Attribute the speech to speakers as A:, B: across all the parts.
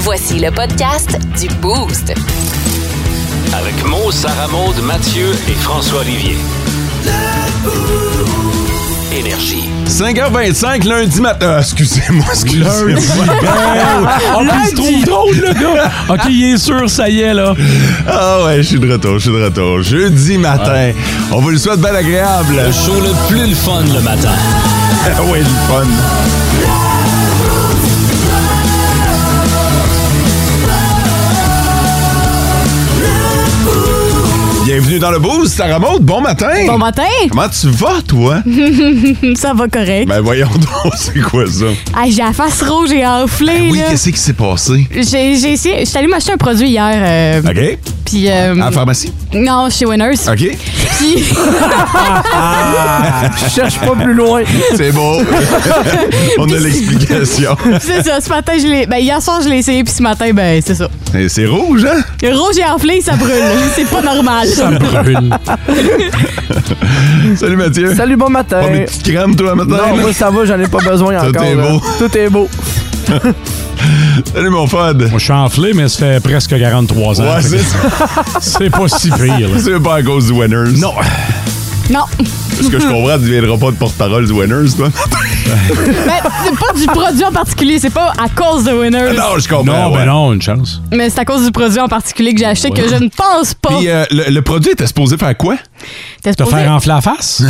A: Voici le podcast du Boost.
B: Avec Mo, Sarah Maud, Mathieu et François Olivier. Énergie.
C: 5h25, lundi matin. Euh, excusez-moi, excusez-moi.
D: Oh, puis il se trouve drôle, le gars! OK, il est sûr, ça y est, là.
C: Ah ouais, je suis de retour, je suis de retour. Jeudi matin. On vous le souhaite bien agréable.
B: Le show le plus le fun le matin.
C: Ah ouais, le fun. Bienvenue dans le boost, Sarah Maud. Bon matin.
E: Bon matin!
C: Comment tu vas, toi?
E: Ça va correct.
C: ben voyons donc, c'est quoi ça?
E: Ah, j'ai la face rouge et enflée.
C: Ben. Oui,
E: là.
C: qu'est-ce qui s'est passé?
E: J'ai j'ai essayé. J'étais allée m'acheter un produit hier. euh,
C: OK?
E: Puis. euh,
C: À la pharmacie?
E: non, chez Winners.
C: OK?
E: Puis.
D: Je cherche pas plus loin.
C: C'est beau. On a l'explication.
E: c'est ça, ce matin, je l'ai. Ben, hier soir, je l'ai essayé, puis ce matin, ben, c'est ça.
C: Et C'est rouge, hein?
E: Le rouge et enflé, ça brûle. c'est pas normal.
D: Brûle.
C: Salut Mathieu.
F: Salut, bon matin.
C: Prends des petites crèmes, toi, matin.
F: Non, moi, ça va, j'en ai pas besoin
C: Tout
F: encore.
C: est
F: là.
C: beau.
F: Tout est beau.
C: Salut, mon fad.
D: Moi, je suis enflé, mais ça fait presque 43 ans.
C: Ouais,
D: Fait
C: c'est
D: que
C: ça.
D: c'est pas si pire, là.
C: C'est pas à cause du Winners. Non.
E: Non.
C: Ce que je comprends, tu deviendras pas de porte-parole du Winners, toi.
E: Ben, c'est pas du produit en particulier, c'est pas à cause de Winners.
C: non, je
D: Non,
C: comprends. ouais.
D: ben non, une chance.
E: Mais c'est à cause du produit en particulier que j'ai acheté que je ne pense pas.
C: Puis euh, le, le produit était supposé faire quoi?
E: T'es
D: Te
E: supposé-
D: faire enfler la face?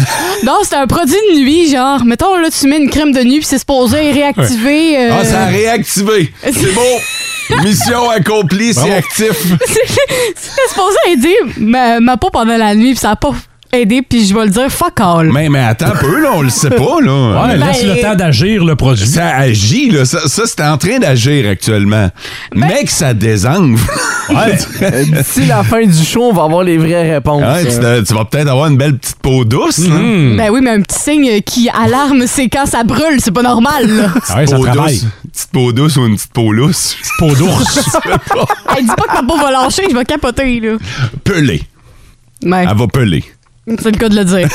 E: Non, c'est un produit de nuit, genre. Mettons, là, tu mets une crème de nuit, puis c'est supposé réactiver. euh,
C: Ah, ça a réactivé. C'est beau. Mission accomplie, c'est
D: Bravo.
C: actif.
E: C'était supposé aider ma, ma peau pendant la nuit, puis ça a pas aidé, puis je vais le dire, fuck all.
C: Mais, mais attends un peu, là, on le sait pas, là.
D: Ouais, laisse le temps d'agir, le produit.
C: Ça agit, là. Ça, ça, c'est en train d'agir actuellement.
E: Ben-
C: Mais que ça désangle.
F: Euh, D'ici la fin du show, on va avoir les vraies réponses.
C: Ouais, tu, te- tu vas peut-être avoir une belle petite peau douce. là.
E: Ben oui, mais un petit signe qui alarme, c'est quand ça brûle, c'est pas normal, là.
D: Ah ouais, ça
C: peau
D: travaille.
C: douce. Une petite peau douce ou une petite peau lousse.
D: Peau d'ours.
E: Hey, dis pas que ma peau va lâcher, je vais capoter, là.
C: Pelée.
E: Ouais,
C: Elle va peler.
E: c'est le cas de le dire.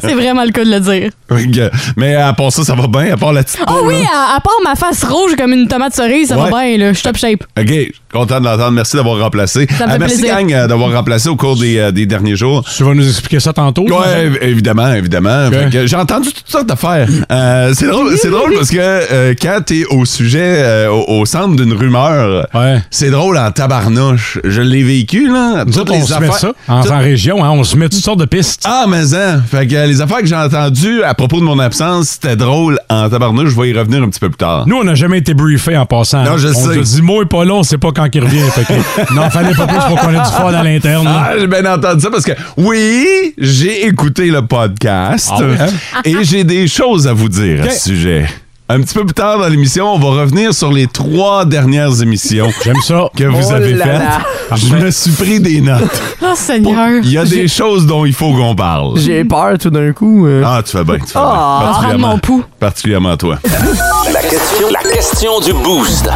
E: c'est vraiment le cas de le dire.
C: Fait que- Mais à part ça, ça va bien, à part la petite
E: Oh
C: peau.
E: oui, à, à part ma face rouge comme une tomate cerise, ça va
C: Ouais.
E: bien, là. Je suis top shape.
C: OK, content de l'entendre. Merci d'avoir remplacé.
E: Ça me fait
C: merci,
E: plaisir.
C: gang, euh, d'avoir remplacé au cours des, euh, des derniers jours.
D: tu vas nous expliquer ça tantôt?
C: Ouais, év- évidemment, évidemment. Fait que J'ai entendu toutes sortes d'affaires. Euh, c'est drôle, c'est drôle parce que euh, quand t'es au sujet, euh, au, au centre d'une rumeur,
D: Ouais.
C: c'est drôle en tabarnouche. Je l'ai vécu, là.
D: Nous
C: toutes
D: autres,
C: les
D: on se met
C: affaires.
D: ça en,
C: toutes-
D: en région, hein, on se met toutes sortes de pistes.
C: Ah, mais hein. Fait que euh, les affaires que j'ai entendues à propos de mon absence, c'était drôle en tabarnouche. Je vais y revenir un petit peu plus tard.
D: Nous, on n'a jamais été briefés en passant. hein.
C: Non, je
D: on
C: sais.
D: nous a dit, mot est pas long, c'est pas quand il revient. Fait que, non, fallait pas plus pour qu'on ait du froid à l'interne.
C: Ah,
D: là.
C: j'ai bien entendu ça parce que oui, j'ai écouté le podcast
D: Ah ouais, hein?
C: et j'ai des choses à vous dire à
D: Ok.
C: ce sujet. Un petit peu plus tard dans l'émission, on va revenir sur les trois dernières émissions
D: J'aime ça.
C: que vous
F: Oh
C: avez
F: là
C: faites.
F: là.
C: Je me suis pris des notes.
E: Oh, Seigneur.
C: Il y a des choses dont il faut qu'on parle.
F: J'ai peur tout d'un coup. euh.
C: Ah, tu fais bien, tu fais bien.
F: Ah,
C: Particulièrement-
E: prendre mon pouls.
C: Particulièrement toi.
B: La question, la question du boost.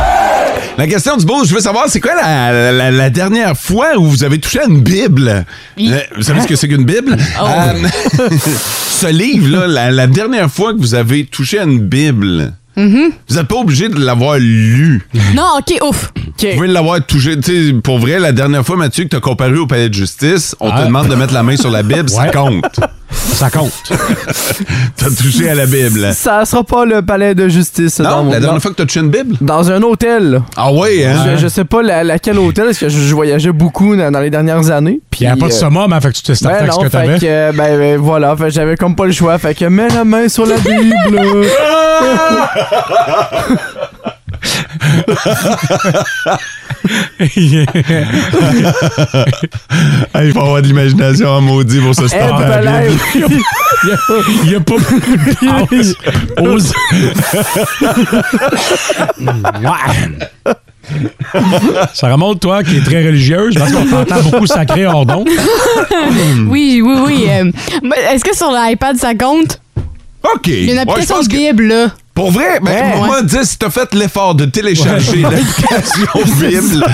C: La question du beau, je veux savoir, c'est quoi la, la- la- la dernière fois où vous avez touché à une Bible?
E: Oui. Oh.
C: Euh, vous savez ce que c'est qu'une Bible? Euh, ce livre-là, la, la dernière fois que vous avez touché à une Bible,
E: Mm-hmm.
C: vous n'êtes pas obligé de l'avoir lu.
E: Non, ok, ouf.
C: Vous pouvez l'avoir touché. Tu sais, pour vrai, la dernière fois, Mathieu, que tu as comparu au palais de justice, on te
D: Ah.
C: demande de mettre la main sur la Bible, ça
D: Ouais.
C: compte.
D: Ça compte.
C: Tu as touché à la Bible.
F: Ça sera pas le palais de justice. dans,
C: Non,
F: mon-
C: la dernière
F: dans-
C: fois que tu as touché une Bible?
F: dans un hôtel.
C: Ah ouais, hein?
F: Je, je sais pas la- laquelle hôtel, parce que je, je voyageais beaucoup dans, dans les dernières années. Puis
D: Il n'y a pas de
F: euh,
D: summum, hein, fait que tu testes
F: Ben
D: avec ce
F: non,
D: que
F: fait
D: t'avais.
F: que, euh, ben, ben, voilà, fait que j'avais comme pas le choix. Fait que mets la main sur la Bible.
C: Ah, Ah, il faut avoir de l'imagination en maudit pour ce
F: Eh,
C: sport.
F: ben, là,
D: Il n'y a, pas beaucoup de pause. Ouais. Ça remonte, toi, qui est très religieuse, parce qu'on t'entend beaucoup sacré ordon.
E: Oui, oui, oui. euh, mais Est-ce que sur l'iPad, ça compte?
C: OK.
E: Il y a
C: Ouais,
E: une
C: je
E: application
C: pense que-
E: Bible, là.
C: Pour vrai, ben,
F: Ouais.
C: moi, dire si t'as fait l'effort de télécharger l'application Bible,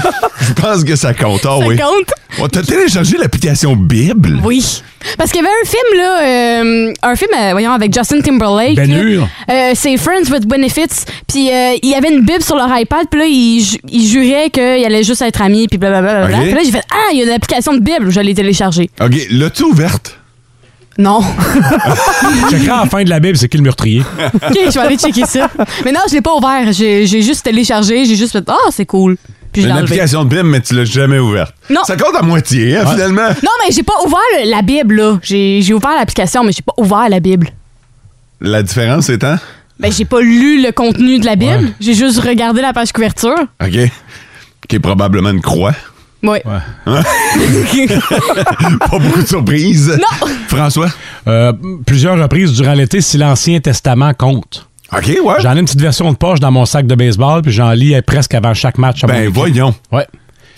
C: je pense que ça compte. Ah
E: Ça
C: oui.
E: compte?
C: On t'a téléchargé l'application Bible?
E: Oui. Parce qu'il y avait un film, là, euh, un film, euh, voyons, avec Justin Timberlake.
D: Ben
E: là.
D: Hur.
E: Euh, c'est Friends with Benefits. Puis euh, il y avait une Bible sur leur iPad, puis là, ils ju- ils juraient qu'ils allaient juste être amis, puis blablabla.
C: Ok.
E: Puis là, j'ai fait Ah, il y a une application de Bible, je l'ai téléchargée.
C: OK, l'as-tu ouverte?
E: Non.
D: Checkerai à la fin de la Bible, c'est qui le meurtrier?
E: ok, je vais aller checker ça. Mais non, je l'ai pas ouvert. J'ai j'ai juste téléchargé, j'ai juste fait Ah, c'est cool. Puis je l'ai
C: Une
E: enlevé.
C: application de Bible, mais tu l'as jamais ouverte.
E: Non.
C: Ça compte à moitié, hein, finalement.
E: Non, mais j'ai pas ouvert le- la Bible, là. J'ai j'ai ouvert l'application, mais j'ai pas ouvert la Bible.
C: La différence étant?
E: Ben, j'ai pas lu le contenu de la Bible. J'ai juste regardé la page couverture.
C: OK. Qui est probablement une croix. hein?
E: Ouais.
C: Pas beaucoup de surprises.
E: Non.
C: François?
D: Euh, plusieurs reprises durant l'été si l'Ancien Testament compte.
C: OK, ouais.
D: J'en ai une petite version de poche dans mon sac de baseball, puis j'en lis euh, presque avant chaque match. à mon
C: Ben
D: équipe.
C: voyons.
D: Ouais.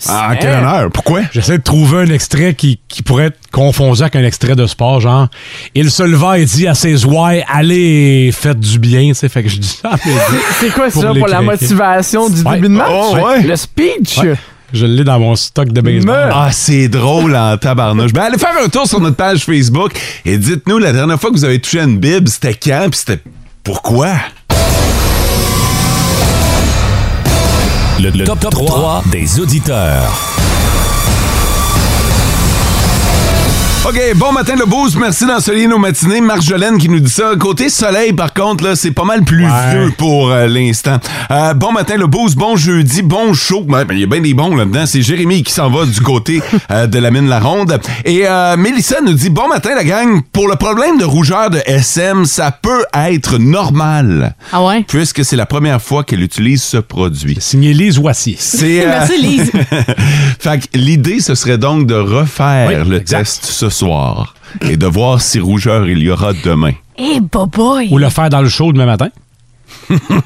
C: Ah, quelle honneur. Pourquoi?
D: J'essaie de trouver un extrait qui, qui pourrait être confondu avec un extrait de sport, genre Il se leva et dit à ses ouailles, allez, faites du bien, tu sais, fait que je dis ça. mais
F: C'est quoi
D: Pour
F: ça
D: les
F: pour la
D: craquer.
F: motivation du
D: Ouais.
F: début de match?
C: Oh, ouais.
F: Le speech?
D: Ouais. Je l'ai dans mon stock de baseball.
F: Meurs.
C: Ah, c'est drôle en tabarnouche. Ben, allez faire un tour sur notre page Facebook et dites-nous la dernière fois que vous avez touché à une Bible, c'était quand puis c'était pourquoi?
B: Le, top, 3, des auditeurs.
C: OK, bon matin le boost. Merci d'ensoleiller nos matinées. Marjolaine qui nous dit ça. Côté soleil, par contre, là, c'est pas mal plus
D: Ouais.
C: vieux pour euh, l'instant. Euh, bon matin le boost, bon jeudi, bon show. Ben, ben, Il y a bien des bons là-dedans. C'est Jérémy qui s'en va du côté euh, de la mine La Ronde. Et euh, Mélissa nous dit, bon matin la gang. Pour le problème de rougeur de SM, ça peut être normal.
E: Ah ouais?
C: puisque c'est la première fois qu'elle utilise ce produit.
D: Signé Lise Wassier.
C: C'est, euh,
E: Merci, Lise.
C: fait que l'idée, ce serait donc de refaire
D: Oui,
C: le
D: exact.
C: test ce soir et de voir si rougeur il y aura demain.
E: Eh, boboy.
D: Ou le faire dans le show demain matin.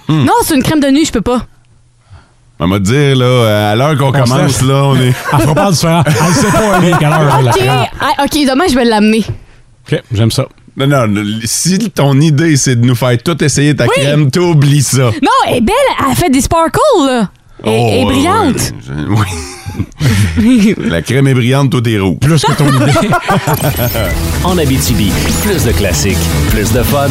E: Non, c'est une crème de nuit, je peux pas.
C: On va te dire, là, à l'heure qu'on
D: On
C: commence,
D: se-
C: là, on est...
D: Elle fera pas différent. Elle sait pas Eric, à l'heure, elle la
E: OK.
D: fera.
E: Ah, OK, demain, je vais l'amener.
D: OK, j'aime ça.
C: Non, non, le- si ton idée, c'est de nous faire tout essayer ta
E: Oui.
C: crème, t'oublies ça.
E: Non, elle est belle. Elle fait des sparkles, là.
C: Oh,
E: Elle elle est
C: ouais,
E: brillante.
C: ouais, ouais. Oui. la crème est brillante, tout est rouge.
D: Plus que ton idée.
B: En Abitibi, plus de classiques, plus de fun.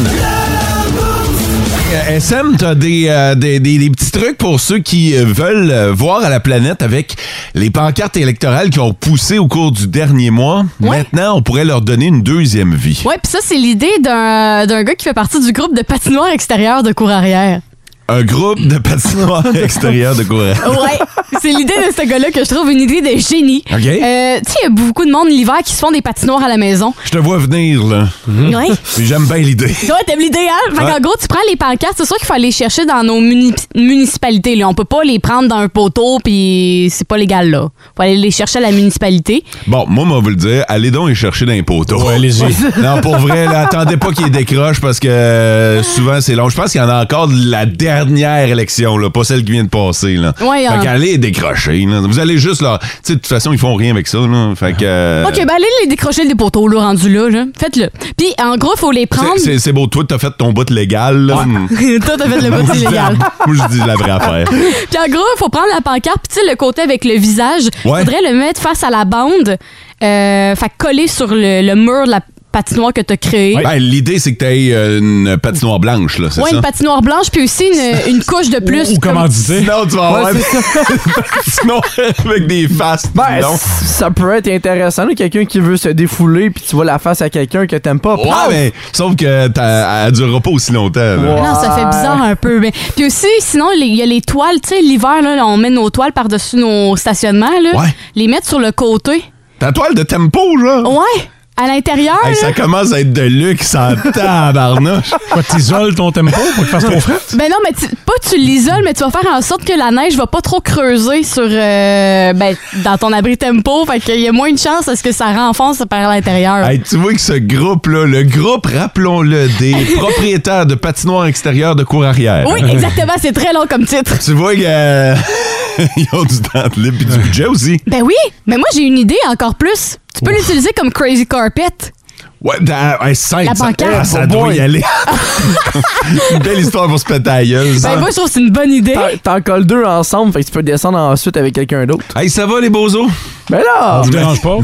C: Euh, SM, t'as des, euh, des, des- des petits trucs pour ceux qui euh, veulent euh, voir à la planète avec les pancartes électorales qui ont poussé au cours du dernier mois.
E: Ouais.
C: Maintenant, on pourrait leur donner une deuxième vie.
E: Ouais, puis ça, c'est l'idée d'un d'un gars qui fait partie du groupe de patinoire extérieure de cour arrière.
C: Un groupe de patinoires extérieures de courant.
E: Ouais. c'est l'idée de ce gars-là que je trouve une idée de génie.
C: OK.
E: Euh, tu sais, il y a beaucoup de monde l'hiver qui se font des patinoires à la maison.
C: Je te vois venir, là.
E: Ouais.
C: Puis j'aime bien l'idée.
E: Toi, t'aimes l'idée, hein? Fait
C: Ouais.
E: qu'en gros, tu prends les pancartes. C'est sûr qu'il faut aller chercher dans nos muni- municipalités. Là. On peut pas les prendre dans un poteau, puis c'est pas légal, là. Faut aller les chercher à la municipalité.
C: Bon, moi, moi, vous le dire, allez donc les chercher dans les poteaux.
D: Ouais, allez-y.
C: non, pour vrai, là, attendez pas qu'ils décrochent parce que euh, souvent, c'est long. Je pense qu'il y en a encore de la dernière élection, là, pas celle qui vient de passer. Là.
E: Ouais,
C: fait
E: hein.
C: qu'allez décrocher. là. Vous allez juste là. Tu sais, de toute façon, ils font rien avec ça. Là. Fait que. euh,
E: OK, ben allez les décrocher des poteaux, là, rendus là, là. Faites-le. Puis, en gros, faut les prendre.
C: c'est- c'est- c'est beau, toi, t'as fait ton bout légal. Là. Hum.
E: Toi, t'as fait le bout illégal.
C: Moi, je dis la vraie affaire.
E: Puis en gros, il faut prendre la pancarte, puis tu sais, le côté avec le visage, il
C: Ouais.
E: faudrait le mettre face à la bande, euh, fait coller sur le, le mur de la patinoire que t'as créée.
C: Ben, L'idée, c'est que t'aies euh, une patinoire blanche, là, c'est
E: Ouais,
C: ça?
E: une patinoire blanche, puis aussi une, une couche de plus.
D: Ou, ou comment dire.
C: Sinon, tu vas avoir
F: Ouais,
C: Sinon, avec des faces.
F: Ben,
C: non.
F: c- ça peut être intéressant, là, quelqu'un qui veut se défouler, puis tu vois la face à quelqu'un que t'aimes pas. Ah,
C: Ouais, mais sauf que t'as- elle durera pas aussi longtemps. là.
E: Non, ça fait bizarre un peu. Mais... Puis aussi, sinon, les- il y a les toiles, tu sais, l'hiver, là, là, on met nos toiles par-dessus nos stationnements, là,
C: Ouais.
E: les mettre sur le côté.
C: Ta toile de tempo, genre.
E: Ouais, à l'intérieur.
C: Hey,
E: là.
C: ça commence à être de luxe en tabarnouche.
D: Quoi, t'isoles ton tempo pour que fasse trop frais?
E: Ben non, mais tu, pas tu l'isoles, mais tu vas faire en sorte que la neige va pas trop creuser sur euh, ben, dans ton abri tempo, fait qu'il y a moins de chance à ce que ça renfonce par l'intérieur.
C: Hey, tu vois que ce groupe-là, le groupe, rappelons-le, des propriétaires de patinoires extérieures de cour arrière.
E: oui, exactement, c'est très long comme titre.
C: Tu vois qu'ils ont du temps de libre et du budget aussi.
E: Ben oui, mais moi j'ai une idée encore plus. Tu peux l'utiliser comme crazy carpet.
C: Ouais, dans un 5.
E: La
C: ça,
E: pancarte.
C: ah, ça
F: Oh
C: doit
F: boy.
C: y aller. Une belle histoire pour se péter la gueule, ça.
E: Ben, moi, je trouve que c'est une bonne idée.
F: T'en- T'en colles deux ensemble, fait que tu peux descendre ensuite avec quelqu'un d'autre.
C: Hey, ça va les bozos?
F: Mais là!
C: Ah.
D: Je vous dérange pas?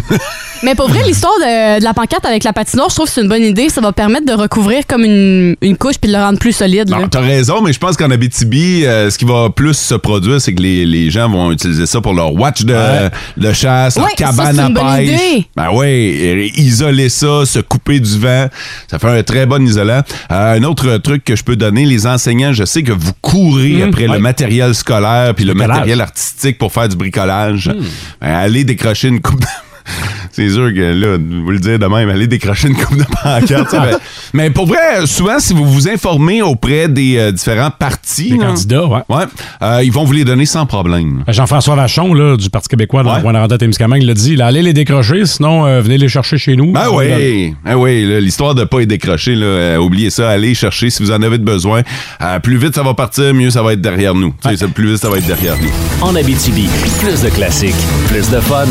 E: Mais pour vrai, l'histoire de, de la pancarte avec la patinoire, je trouve que c'est une bonne idée. Ça va permettre de recouvrir comme une, une couche puis de le rendre plus solide. là.
C: Non, t'as raison, mais je pense qu'en Abitibi, euh, ce qui va plus se produire, c'est que les, les gens vont utiliser ça pour leur watch de,
D: Ouais.
C: de chasse, leur
E: Ouais, ça,
C: cabane
E: c'est
C: à
E: une bonne
C: pêche.
E: idée.
C: Ben oui, isoler ça, se couper du vent, ça fait un très bon isolant. Euh, un autre truc que je peux donner, les enseignants, je sais que vous courez
E: Mm.
C: après
D: Ouais.
C: le matériel scolaire puis le
D: Bricolage.
C: matériel artistique pour faire du bricolage. Ben, allez décrocher une coupe de- C'est sûr que là, vous le dire de même, allez décrocher une coupe de pancarte. ça fait- Mais pour vrai, souvent, si vous vous informez auprès des euh, différents partis,
D: Les
C: là,
D: candidats, ouais.
C: ouais, euh, ils vont vous les donner sans problème.
D: Ben, Jean-François Vachon, là, du Parti québécois dans
C: Ouais.
D: le Rwanda-Témiscamingue, l'a dit, là, allez les décrocher, sinon euh, venez les chercher chez nous.
C: Ben oui, ben oui, là, l'histoire de pas être décroché, là, euh, oubliez ça, allez chercher si vous en avez de besoin. Euh, plus vite ça va partir, mieux ça va être derrière nous. Tu sais, c'est- Plus vite ça va être derrière nous.
B: En Abitibi, plus de classiques, plus de fun.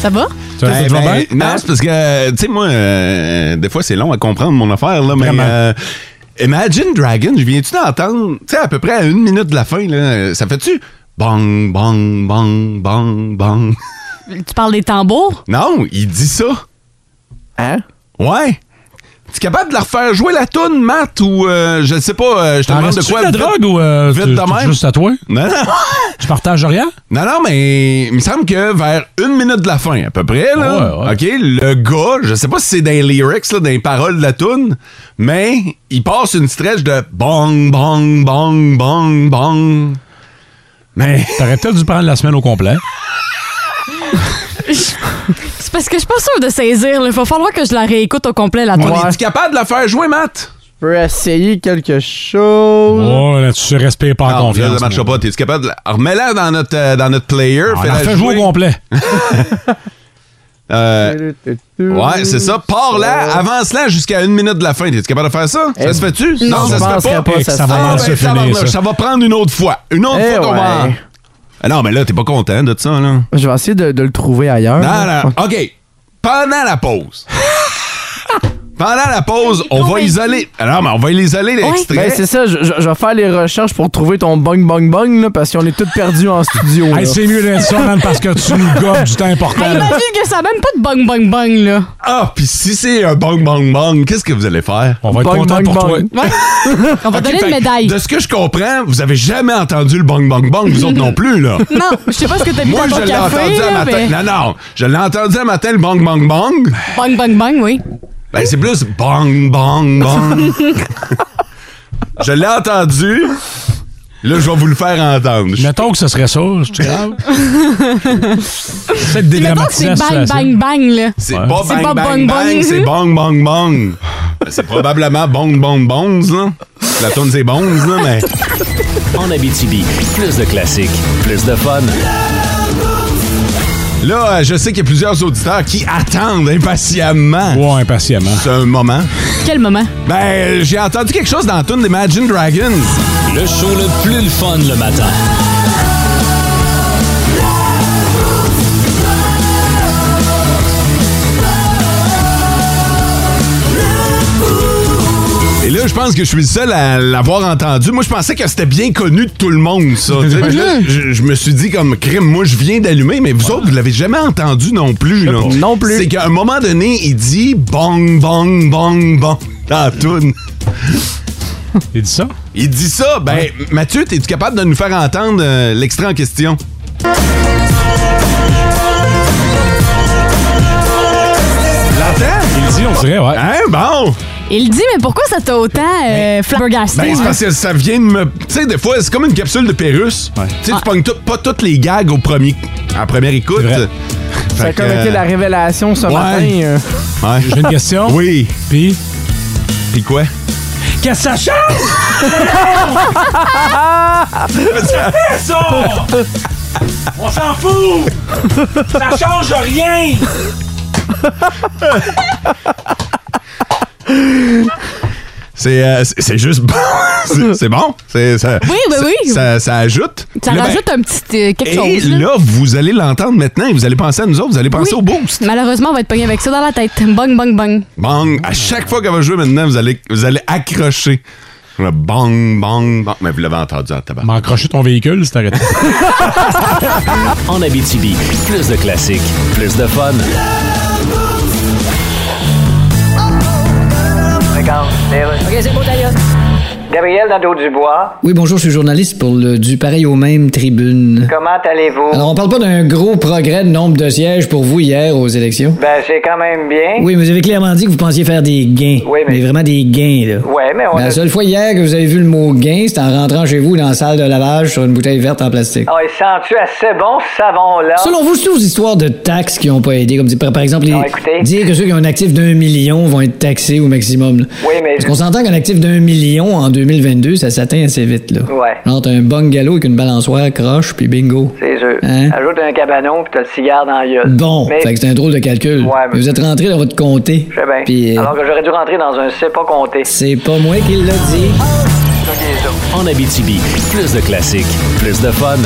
E: Ça va?
D: Tu vas-
C: Eh
D: tu vas
C: ben,
D: bien?
C: non, c'est parce que, euh, tu sais, moi, euh, des fois, c'est long à comprendre mon affaire, là, mais.
D: Vraiment.
C: euh, Imagine Dragon, je viens-tu d'entendre, tu sais, à peu près à une minute de la fin, là, euh, ça fait-tu? Bang, bang, bang, bang, bang.
E: Tu parles des tambours?
C: Non, il dit ça.
F: Hein?
C: Ouais. Tu es capable de la refaire jouer la toune, Matt, ou euh, je sais pas, euh, je te
D: T'en
C: demande de
D: restes-tu hein?
C: quoi.
D: de la
C: vite-
D: drogue ou euh,
C: vite
D: tu-
C: de
D: tu-
C: même?
D: juste à toi?
C: Non, non.
D: Tu partages rien?
C: Non, non, mais il me semble que vers une minute de la fin, à peu près, là,
D: Ouais, ouais.
C: OK, le gars, je sais pas si c'est dans les lyrics, là, dans les paroles de la toune, mais il passe une stretch de bang, bang, bang, bang, bang. Mais,
D: T'aurais peut-être dû prendre la semaine au complet.
E: C'est parce que je suis pas sûre de saisir. Il va falloir que je la réécoute au complet, la
C: on
E: toile.
C: est-tu capable de la faire jouer, Matt?
F: Je peux essayer quelque chose.
D: Oh, là, tu ne respires pas en
C: Non, Ah, là,
D: confiance.
C: ça marche
D: moi.
C: pas. T'es-tu capable de la... Ah, Remets-la dans notre, euh, dans notre player.
D: On
C: fais-la
D: la fait jouer Ah, au complet.
C: Euh, ouais, c'est ça. Pars-la, avance-la jusqu'à une minute de la fin. T'es-tu capable de faire ça? Ça
F: Eh,
C: se fait-tu?
F: non,
C: ça
F: je
C: se fait
F: penserais pas.
D: Et que
F: ça
D: ça
F: se
D: va
F: fait.
D: mal
C: Ah,
D: se
C: ben,
D: finir,
C: tabarnouche,
D: ça.
C: ça va prendre une autre fois. Une autre
F: Eh
C: fois qu'on va-
F: ouais.
C: Ah non, mais là, t'es pas content de ça, là? Non,
F: Je vais essayer de, de le trouver ailleurs. là.
C: non. OK. Pendant la pause. Pendant la pause, on va
E: convaincu.
C: isoler. Alors, mais on va isoler l'extrait.
F: Ben, c'est ça, je, je- je vais faire les recherches pour trouver ton bong bong bong, là, parce qu'on est tous perdus en studio. là.
D: Hey, c'est mieux d'être ça, man, parce que tu nous gobes du temps important. là.
E: Hey, imagine que ça a même pas de bang bang bang, là.
C: ah, puis si c'est un bang, bang, bang, qu'est-ce que vous allez faire?
D: On va être
F: Bang,
D: content
F: bang,
D: pour toi.
F: bang.
E: On va
C: Ok,
E: donner
C: fait
E: une
C: que
E: médaille.
C: De ce que je comprends, vous avez jamais entendu le bang, bang, bang, vous autres non plus, là.
E: Non, je sais pas ce que t'as mis
C: Moi,
E: dans ton
C: je l'ai
E: café,
C: entendu à
E: là,
C: matin. Non,
E: mais...
C: non. Je l'ai entendu à matin, le bang, bang, bang.
E: Bang bang bang, oui.
C: Ben, c'est plus bang, bang, bang. je l'ai entendu. Là, je vais vous le faire entendre. Je-
D: Mettons que ce serait ça, c'est grave. C'est de
E: Mais donc,
D: dédramatiser
E: c'est
D: la
E: bang
D: situation.
E: bang bang, là.
C: C'est
D: Ouais.
C: pas
E: C'est
C: bang,
E: pas
C: bang, bang,
E: bang, bang.
C: c'est bang, bang, bang. Ben, c'est probablement bong, bong, bones, là. La tourne, c'est bones, là, mais.
B: En Abitibi, plus de classiques, plus de fun.
C: Là, euh, je sais qu'il y a plusieurs auditeurs qui attendent impatiemment.
D: Ouais, impatiemment.
C: Ce moment.
E: Quel moment.
C: Ben, j'ai entendu quelque chose dans la toune d'Imagine Dragons.
B: Le show le plus le fun le matin.
C: Et là, je pense que je suis le seul à l'avoir entendu. Moi, je pensais que c'était bien connu de tout le monde, ça. tu sais. Mais
F: Mhm.
C: là, je, je me suis dit comme crime, moi, je viens d'allumer, mais vous autres, vous l'avez jamais entendu non plus. Là.
F: pas. Non plus.
C: C'est qu'à un moment donné, il dit bang, bang, bang, bang dans la toune.
D: Il dit ça?
C: Il dit ça. Ben, Mathieu, es-tu capable de nous faire entendre euh, l'extrait en question? L'entends?
D: Il dit, on dirait, ouais.
C: Hein, bon!
E: Il dit, mais pourquoi ça t'a autant euh, flabbergasté?
C: Ben, c'est
E: hein?
C: parce que ça vient de me. Tu sais, des fois, c'est comme une capsule de Pérus.
D: Ouais.
C: Tu sais,
E: Ah.
C: tu pognes tout- pas toutes les gags au premier, à la première écoute.
D: C'est vrai.
C: Fait
F: Ça a
C: que,
F: comme été
C: euh,
F: la révélation ce
C: ouais.
F: matin. euh.
C: ouais.
D: J'ai une question.
C: Oui.
D: Puis,
C: Pis quoi?
D: qu'est-ce que ça change? On s'en fout! Ça change rien!
C: C'est euh, c'est- c'est juste bon. C'est- C'est bon. C'est- ça-
E: Oui, oui,
C: ça-
E: oui.
C: Ça, ça ajoute.
E: Ça
C: Là, ben,
E: rajoute un petit euh, quelque
C: Et
E: chose. là.
C: là, vous allez l'entendre maintenant et vous allez penser à nous autres, vous allez penser
E: Oui.
C: au boost.
E: Malheureusement, on va être pogné avec ça dans la tête. Bang, bang, bang.
C: Bang! À chaque fois qu'elle va jouer maintenant, vous allez, vous allez accrocher. Bang, bang, bang. Mais vous l'avez entendu en tabac.
D: M'encrocher ton véhicule, c'est arrêté.
B: En Abitibi, plus de classiques, plus de fun.
G: Gabriel Nadeau-Dubois,
H: Oui, bonjour, je suis journaliste pour le Du Pareil au même Tribune.
G: comment allez-vous?
H: Alors, on parle pas d'un gros progrès de nombre de sièges pour vous hier aux élections?
G: Ben, c'est quand même bien.
H: Oui, mais vous avez clairement dit que vous pensiez faire des gains.
G: Oui, mais-
H: vraiment des gains, là.
G: Ouais, mais on
H: La
G: a...
H: seule fois hier que vous avez vu le mot gain, c'était en rentrant chez vous dans la salle de lavage sur une bouteille verte en plastique.
G: Ah, il sent-tu assez bon, ce savon-là?
H: Selon vous, c'est aux histoires de taxes qui n'ont pas aidé, comme dire- par, par exemple les-
G: Non, Ah, écoutez.
H: dire que ceux qui ont un actif d'un million vont être taxés au maximum. là.
G: Oui, mais...
H: Parce qu'on s'entend qu'un actif d'un million en 2022, ça s'atteint assez vite, là.
G: Ouais,
H: Genre, t'as un bungalow avec une balançoire, croche, puis bingo.
G: c'est sûr.
H: Hein?
G: Ajoute un cabanon, puis t'as le cigare dans la gueule.
H: Bon,
G: Mais-
H: fait que c'est un drôle de calcul.
G: Ouais, mais-
H: Vous êtes rentré dans votre comté.
G: Je sais bien.
H: Puis, euh,
G: Alors que j'aurais dû rentrer dans un c'est pas compté.
H: c'est pas moi qui l'a dit.
B: En Abitibi, plus de classiques, plus de fun.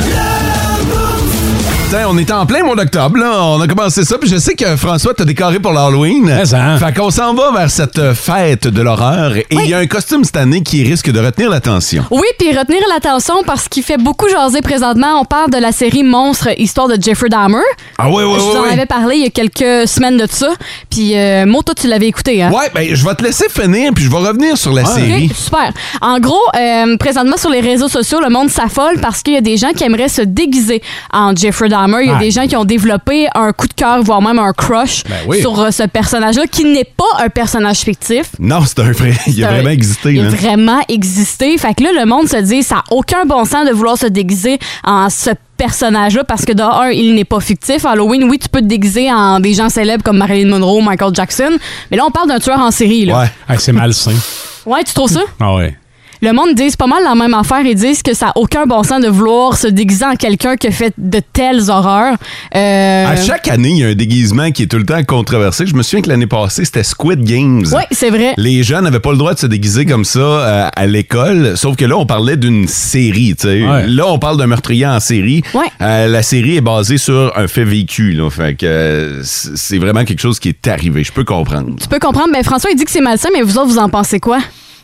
C: Putain, Hein, on est en plein mois d'octobre, là. On a commencé ça. Puis je sais que François t'a décoré pour l'Halloween.
D: Mais, hein.
C: Fait qu'on s'en va vers cette euh, fête de l'horreur. Et il y a un costume cette année qui risque de retenir l'attention.
E: Oui, puis retenir l'attention parce qu'il fait beaucoup jaser présentement. On parle de la série Monstre, histoire de Jeffrey Dahmer.
C: Ah oui, oui,
E: Je vous en avais parlé il y a quelques semaines de ça. Puis, euh, Mo, toi, tu l'avais écouté, hein?
C: Ouais, ben je vais te laisser finir, puis je vais revenir sur la série.
E: Ok, super. En gros, euh, présentement sur les réseaux sociaux, le monde s'affole parce qu'il y a des gens qui aimeraient se déguiser en Jeffrey Dahmer. Il y a
D: Ouais.
E: des gens qui ont développé un coup de cœur, voire même un crush
D: Ben oui.
E: sur euh, ce personnage-là, qui n'est pas un personnage fictif.
C: Non, c'est un vrai. Il a
E: C'est un-
C: vraiment existé, hein.
E: Il a
C: là.
E: vraiment existé. Fait que là, le monde se dit, ça n'a aucun bon sens de vouloir se déguiser en ce personnage-là parce que, de un, il n'est pas fictif. Halloween, oui, tu peux te déguiser en des gens célèbres comme Marilyn Monroe, Michael Jackson. Mais là, on parle d'un tueur en série, là.
C: Ouais.
D: Hey, c'est malsain.
E: ouais tu trouves ça?
D: Ah ouais.
E: Le monde disent pas mal la même affaire et disent que ça n'a aucun bon sens de vouloir se déguiser en quelqu'un qui a fait de telles horreurs. Euh,
C: À chaque année, il y a un déguisement qui est tout le temps controversé. Je me souviens que l'année passée, c'était Squid Games.
E: Oui, c'est vrai.
C: Les gens n'avaient pas le droit de se déguiser comme ça euh, à l'école, sauf que là, on parlait d'une série. tu sais.
D: Ouais.
C: Là, on parle d'un meurtrier en série.
E: Ouais.
C: Euh, la série est basée sur un fait vécu. Là, fait que euh, c- c'est vraiment quelque chose qui est arrivé. Je peux comprendre.
E: Tu peux comprendre. Ben, François, il dit que c'est malsain, mais vous autres, vous en pensez quoi?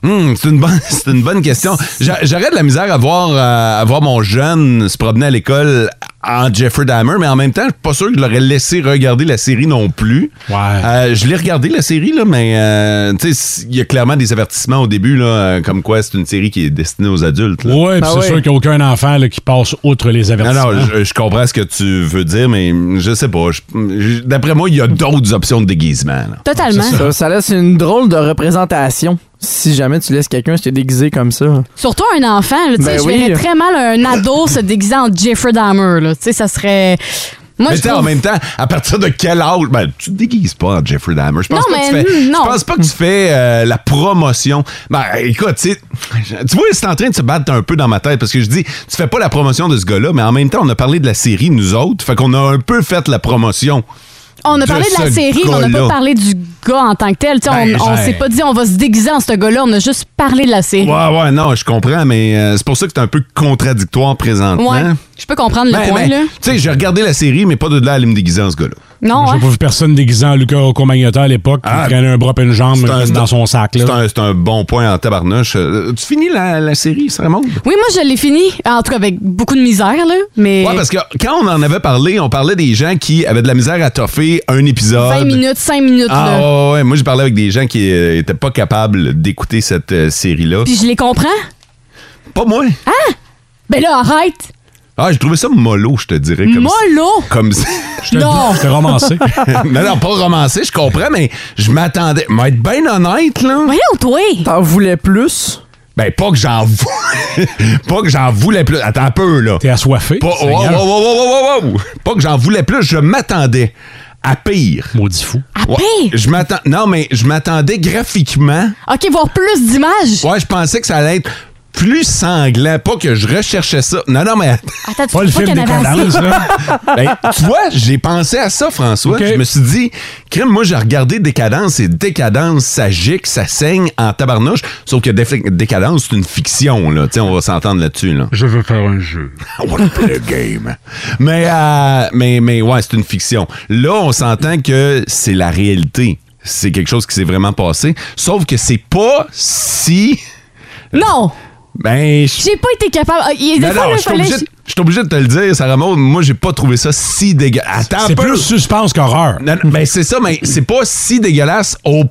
C: Hmm, c'est une bonne, c'est une bonne question. J'a- J'aurais de la misère à voir, euh, à voir mon jeune se promener à l'école en Jeffrey Dahmer, mais en même temps, je suis pas sûr que je l'aurais laissé regarder la série non plus.
D: Ouais.
C: Euh, je l'ai regardé la série là, mais euh, tu sais, il y a clairement des avertissements au début là, euh, comme quoi c'est une série qui est destinée aux adultes. là.
D: Ouais,
E: Bah
F: Ben
D: puis c'est
F: ouais.
D: sûr qu'il n'y a aucun enfant là, qui passe outre les
C: Non,
D: avertissements.
C: non, je, je comprends ce que tu veux dire, mais je sais pas. je- je- D'après moi, il y a d'autres options de déguisement. là.
E: Totalement.
F: Ça, ça laisse une drôle de représentation. Si jamais tu laisses quelqu'un se déguiser comme ça.
E: Surtout un enfant. Là, tu sais,
F: Ben
E: je
F: oui.
E: verrais très mal un ado se déguiser en Jeffrey Dahmer. Là. Tu sais, ça serait... Moi,
C: mais
E: je
C: tu sais, en
E: trouve-
C: même temps, à partir de quel âge? Ben, tu te déguises pas en Jeffrey Dahmer. Je pense,
E: Non,
C: pas,
E: mais
C: que tu fais,
E: non.
C: je pense pas que tu fais euh, la promotion. Ben, écoute, tu sais, tu vois, c'est en train de se battre un peu dans ma tête parce que je dis, tu fais pas la promotion de ce gars-là, mais en même temps, on a parlé de la série, nous autres. Fait qu'on a un peu fait la promotion.
E: On a
C: de
E: parlé de la
C: ce
E: série, mais on n'a
C: gars-là.
E: pas parlé du gars en tant que tel. Tu sais,
C: Ben,
E: on on
D: ouais.
E: s'est pas dit on va se déguiser en ce gars-là. On a juste parlé de la série.
C: Ouais, ouais, non, je comprends, mais euh, c'est pour ça que c'est un peu contradictoire présentement.
E: Ouais. Je peux comprendre le
C: Ben,
E: point,
C: ben,
E: là.
C: Tu sais, j'ai regardé la série, mais pas de là à aller me déguiser en ce gars-là.
E: Non,
D: J'ai
E: hein?
D: pas vu personne déguisant en Luca Rocco-Magnotta à l'époque qui
C: Ah,
D: traînait un bras et une jambe
C: C'est un-
D: dans son sac.
C: C'est
D: Là.
C: un, c'est un bon point en tabarnouche. Euh, Tu finis la, la série, ça remonte?
E: Oui, moi, je l'ai fini. En tout cas, avec beaucoup de misère, là. Mais
C: Ouais, parce que quand on en avait parlé, on parlait des gens qui avaient de la misère à toffer un épisode.
E: 20 minutes, 5 minutes,
C: Ah
E: là.
C: ouais, ouais, moi j'ai parlé avec des gens qui euh, étaient pas capables d'écouter cette euh, série-là.
E: Puis je les comprends.
C: Pas moi. Ah,
E: Ben là, arrête.
C: j'ai trouvé ça mollo, je te dirais. Comme
E: Mollo.
C: Comme si-
E: Non.
D: C'était romancé.
C: non, non, pas romancé, je comprends, mais je m'attendais. Mais être bien honnête, là.
E: Voyons, toi.
F: T'en voulais plus?
C: Ben, pas que j'en voulais. pas que j'en voulais plus. Attends un peu, là.
D: T'es assoiffé.
C: Pas, wow,
D: Seigneur.
C: wow, wow, wow, wow, wow. Pas que j'en voulais plus, je m'attendais à pire.
D: Maudit fou.
E: À
C: Ouais,
E: pire.
C: Je m'attends. Non, mais je m'attendais graphiquement.
E: OK, voir plus d'images.
C: Ouais, je pensais que ça allait être plus sanglant. Pas que je recherchais ça. Non, non, mais
E: Attends, tu
D: Pas le
E: trouves pas
D: film
E: qu'il y
D: des
E: en avait assez?
D: condolences, là.
C: Ben, tu vois, j'ai pensé à ça, François.
D: Ok.
C: Je me suis dit, crème, moi, j'ai regardé Décadence et Décadence, ça gicle, ça saigne en tabarnouche. Sauf que Déf- Décadence, c'est une fiction, là. Tu sais, on va s'entendre là-dessus, là.
D: Je veux faire un jeu.
C: On va play the game. Mais, euh, mais, mais ouais, c'est une fiction. Là, on s'entend que c'est la réalité. C'est quelque chose qui s'est vraiment passé. Sauf que c'est pas si.
E: Non!
C: Ben, je.
E: J'ai pas été capable. Ah, il- Des
C: Non,
E: fois,
C: non,
E: là,
C: je suis
E: fallait.
C: obligé de- je suis obligé de te le dire, Sarah Maud, moi, j'ai pas trouvé ça si dégueulasse.
E: Ah,
C: Attends un
D: C'est
C: peu.
D: plus suspense qu'horreur.
C: Non, non, ben c'est ça, mais c'est pas si dégueulasse au,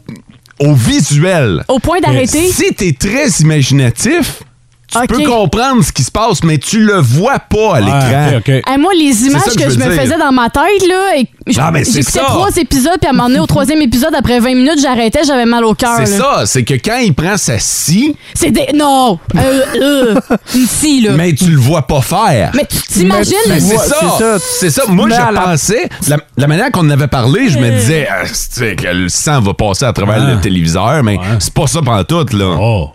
C: au visuel.
E: Au point d'arrêter.
C: Si t'es très imaginatif, tu
E: Ok.
C: peux comprendre ce qui se passe, mais tu le vois pas à l'écran.
D: Ouais, Ah, ok, ok.
E: Hey, moi, les images
C: ça que
E: que,
C: je
E: je
C: veux
E: me
C: dire.
E: faisais dans ma tête, là, et je-
C: Ah, mais c'est
E: j'écoutais
C: ça.
E: trois épisodes, puis à un moment donné, au troisième épisode, après 20 minutes, j'arrêtais, j'avais mal au cœur.
C: C'est
E: là.
C: ça, c'est que quand il prend sa scie,
E: C'est des. Non! Euh, euh, une scie, là. Mais,
C: mais tu le vois pas faire.
E: tu t'imagines,
C: Ben,
F: Mais-
E: le-
C: c'est
F: Ouais,
C: ça,
F: c'est ça.
C: c'est ça. Moi,
F: Mais à
C: je
F: la-
C: pensais, la, la manière qu'on en avait parlé, je me disais, Ah, c'est que le sang va passer à travers
D: Ouais.
C: le téléviseur, mais
D: Ouais.
C: c'est pas ça pantoute, là.
D: Oh.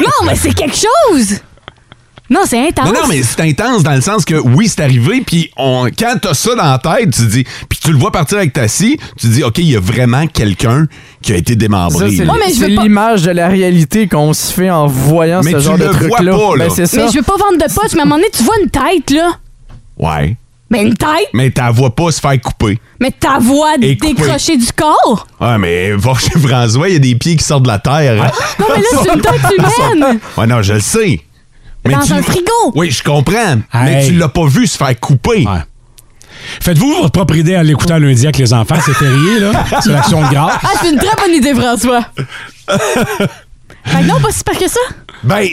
E: Non, mais c'est quelque chose! Non, Ah, c'est intense.
C: Non, non, mais c'est intense dans le sens que oui, c'est arrivé, puis on, quand t'as ça dans la tête, tu dis, puis tu le vois partir avec ta scie, tu dis, OK, il y a vraiment quelqu'un qui a été
F: Ça,
C: démembré.
F: c'est
C: là.
E: Ouais, mais je
F: c'est
E: veux pas-
F: l'image de la réalité qu'on se fait en voyant
C: Mais
F: ce
C: tu
F: genre de
C: le vois
F: truc-là.
C: pas, là.
F: Ben, c'est ça.
E: Mais je veux pas vendre de potes, mais à un moment donné, tu vois une tête, là.
C: ouais.
E: Mais une tête!
C: Mais t'en vois pas se faire couper.
E: Mais ta voix
C: Et coupé.
E: décrochée du corps!
C: Ouais, mais va chez François, il y a des pieds qui sortent de la terre. hein.
E: Non, mais là, c'est une tête humaine!
C: ouais, non, je le sais. Mais
E: Dans un frigo.
C: Oui, je comprends. Mais
D: Hey.
C: tu l'as pas vu se faire couper.
D: Ouais. Faites-vous votre propre idée en l'écoutant lundi avec les enfants, c'est férié, là. C'est l'action de grâce.
E: Ah, c'est une très bonne idée, François! Fait que non, pas si pire que ça!
C: Ben,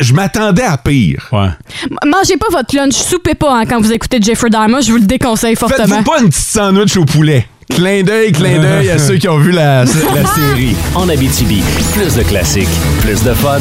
C: je m'attendais à pire.
D: Ouais.
E: M- Mangez pas votre lunch, soupez pas hein, quand vous écoutez Jeffrey Dahmer, je vous le déconseille fortement.
C: Faites-vous pas une petite sandwich au poulet. Clin d'œil, clin d'œil à ceux qui ont vu la- la série.
B: En Abitibi, plus de classiques, plus de fun.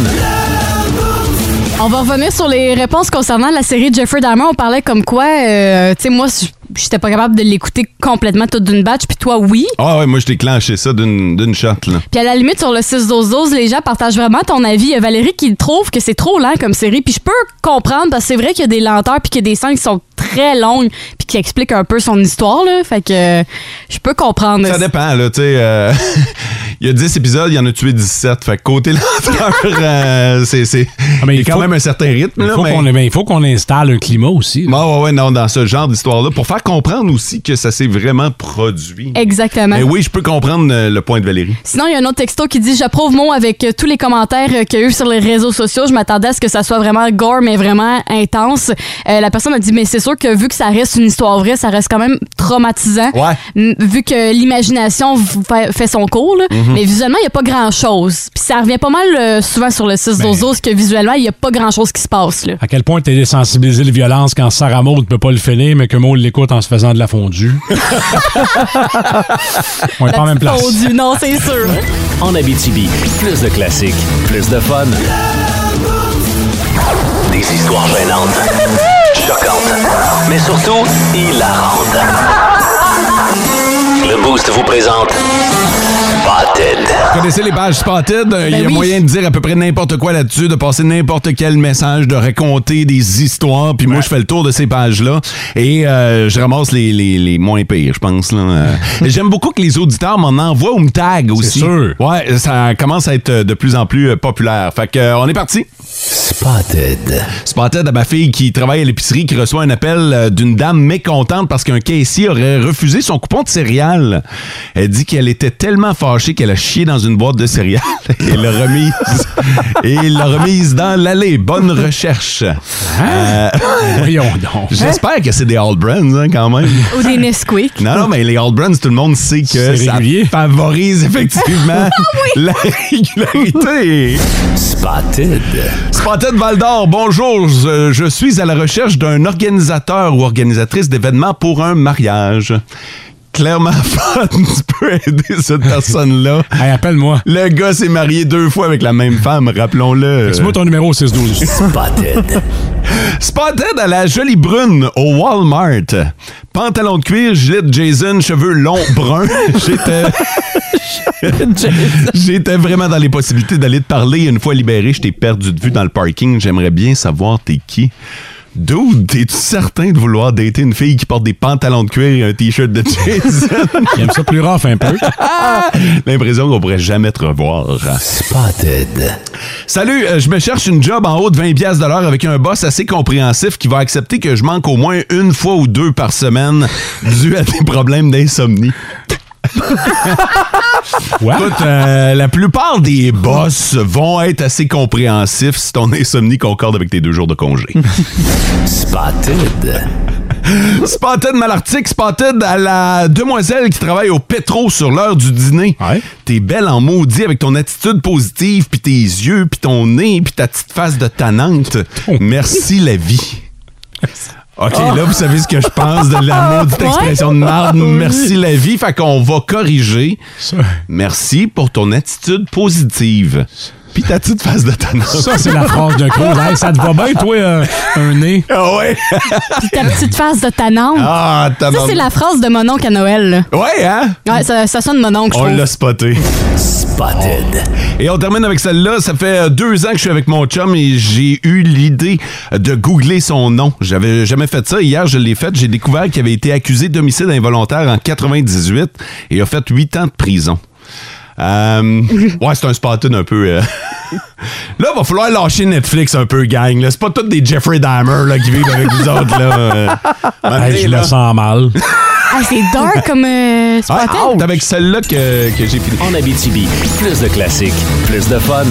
E: On va revenir sur les réponses concernant la série Jeffrey Dahmer. On parlait comme quoi, euh, tu sais, moi, j- j'étais pas capable de l'écouter complètement toute d'une batch, puis toi, oui.
C: Ah ouais, moi je déclenché ça d'une d'une shot là.
E: Puis à la limite, sur le 6-12-12, les gens partagent vraiment ton avis. Il y a Valérie qui trouve que c'est trop lent comme série. Puis je peux comprendre, parce que c'est vrai qu'il y a des lenteurs puis qu'il y a des scènes qui sont très longues puis qui expliquent un peu son histoire. Là. Fait que euh, je peux comprendre.
C: Ça dépend là, tu sais euh, il y a 10 épisodes, il y en a tué 17, fait que côté lenteur euh, c'est c'est
D: Ah,
C: il
D: mais
C: y a
D: il
C: quand
D: faut-
C: même un certain rythme
D: Il
C: là,
D: faut
C: mais-
D: qu'on mais il faut qu'on installe un climat aussi. là.
C: Ouais, ouais, ouais, non, dans ce genre d'histoire-là, pour faire comprendre aussi que ça s'est vraiment produit.
E: Exactement.
C: Mais oui, je peux comprendre euh, le point de Valérie.
E: Sinon, il y a un autre texto qui dit J'approuve mot avec euh, tous les commentaires euh, qu'il y a eu sur les réseaux sociaux. Je m'attendais à ce que ça soit vraiment gore, mais vraiment intense. Euh, la personne a dit Mais c'est sûr que vu que ça reste une histoire vraie, ça reste quand même traumatisant.
C: Ouais.
E: M- Vu que l'imagination v- fa- fait son cours, là.
C: Mm-hmm.
E: mais visuellement, il n'y a pas grand-chose. Puis ça revient pas mal euh, souvent sur le 6
D: Ben-
E: d'Ozos que visuellement, il n'y a pas grand-chose qui se passe. Là.
D: À quel point t'es désensibilisé de violence quand Sarah Maud peut pas le finir, mais que Maud l'écoute en se faisant de la fondue. On est pas en même place.
E: Fondu, non, c'est sûr.
B: En Abitibi, plus de classiques, plus de fun. Des histoires gênantes, choquantes, mais surtout hilarantes. Le Boost vous présente Spotted.
C: Vous connaissez les pages Spotted? Il y a
E: oui.
C: moyen de dire à peu près n'importe quoi là-dessus, de passer n'importe quel message, de raconter des histoires. Puis moi, je fais le tour de ces pages-là et euh, je ramasse les, les, les moins pires, je pense. là. Euh, J'aime beaucoup que les auditeurs m'en envoient ou me taguent aussi.
D: sûr.
C: Ouais, ça commence à être euh, de plus en plus euh, populaire. Fait que, euh, on est parti.
B: Spotted.
C: Spotted à ma fille qui travaille à l'épicerie qui reçoit un appel euh, d'une dame mécontente parce qu'un caissier aurait refusé son coupon de céréales. Elle dit qu'elle était tellement fâchée qu'elle a chié dans une boîte de céréales et l'a remise et l'a remise dans l'allée. Bonne recherche. Euh,
D: Voyons donc.
C: J'espère que c'est des All Brands hein, quand même.
E: Ou des Nesquik.
C: Non, non, mais les All Brands, tout le monde sait que
D: C'est
C: ça
D: régulier. Ah
C: favorise effectivement la régularité.
B: Spotted.
C: Spotted Val d'Or, bonjour. Je, je suis à la recherche d'un organisateur ou organisatrice d'événements pour un mariage. Clairement, Fad, tu peux aider cette personne-là.
D: Hey, appelle-moi.
C: Le gars s'est marié deux fois avec la même femme, rappelons-le.
D: C'est moi ton numéro au 6-12.
B: Spotted.
C: Spotted à la jolie brune au Walmart. Pantalon de cuir, gilet de Jason, cheveux longs bruns. J'étais. J'étais vraiment dans les possibilités d'aller te parler. Une fois libéré, je t'ai perdu de vue dans le parking. J'aimerais bien savoir t'es qui. Dude, t'es-tu certain de vouloir dater une fille qui porte des pantalons de cuir et un t-shirt de Jason?
D: Il aime ça plus rough un peu.
C: L'impression qu'on pourrait jamais te revoir.
B: Spotted.
C: Salut, euh, je me cherche une job en haut de 20 pièces de l'heure avec un boss assez compréhensif qui va accepter que je manque au moins une fois ou deux par semaine dû à des problèmes d'insomnie.
D: What?
C: Écoute, euh, la plupart des boss vont être assez compréhensifs si ton insomnie concorde avec tes deux jours de congé.
B: Spotted.
C: Spotted Malartic, Spotted à la demoiselle qui travaille au pétro sur l'heure du dîner.
D: Ouais.
C: T'es belle en maudit avec ton attitude positive, puis tes yeux, puis ton nez, puis ta petite face de tanante. Merci la vie. OK, là, vous savez ce que je pense de
D: Ah,
C: la maudite expression de marde. Merci la vie. Fait qu'on va corriger.
D: Ça,
C: Merci pour ton attitude positive. Puis ta petite face de tanante.
D: ça, c'est la phrase de Cruz. Hey, ça te va bien, toi, euh, un nez?
C: Ah ouais?
E: Puis ta petite face de tanante.
C: Ah, ta
E: ça,
C: maman.
E: c'est la phrase de mon oncle à Noël. là.
C: Ouais, hein?
E: Ouais, ça, ça sonne mon oncle, je
C: On
E: trouve.
C: l'a spoté.
B: Spotted.
C: Et on termine avec celle-là. Ça fait euh, deux ans que je suis avec mon chum et j'ai eu l'idée de googler son nom. J'avais jamais fait ça. Hier, je l'ai fait. J'ai découvert qu'il avait été accusé d'homicide involontaire en 98 et a fait huit ans de prison. Euh, ouais, c'est un Spartan un peu. euh. Là, va falloir lâcher Netflix un peu, gang. là. C'est pas tous des Jeffrey Dahmer là, qui vivent avec nous autres. Là. Euh,
D: Hey, je
C: là.
D: le sens mal.
E: Ah, c'est dark comme euh,
C: Ah,
E: Spotted.
C: c'est avec celle-là que, que j'ai fini.
B: En Abitibi, plus de classiques, plus de fun.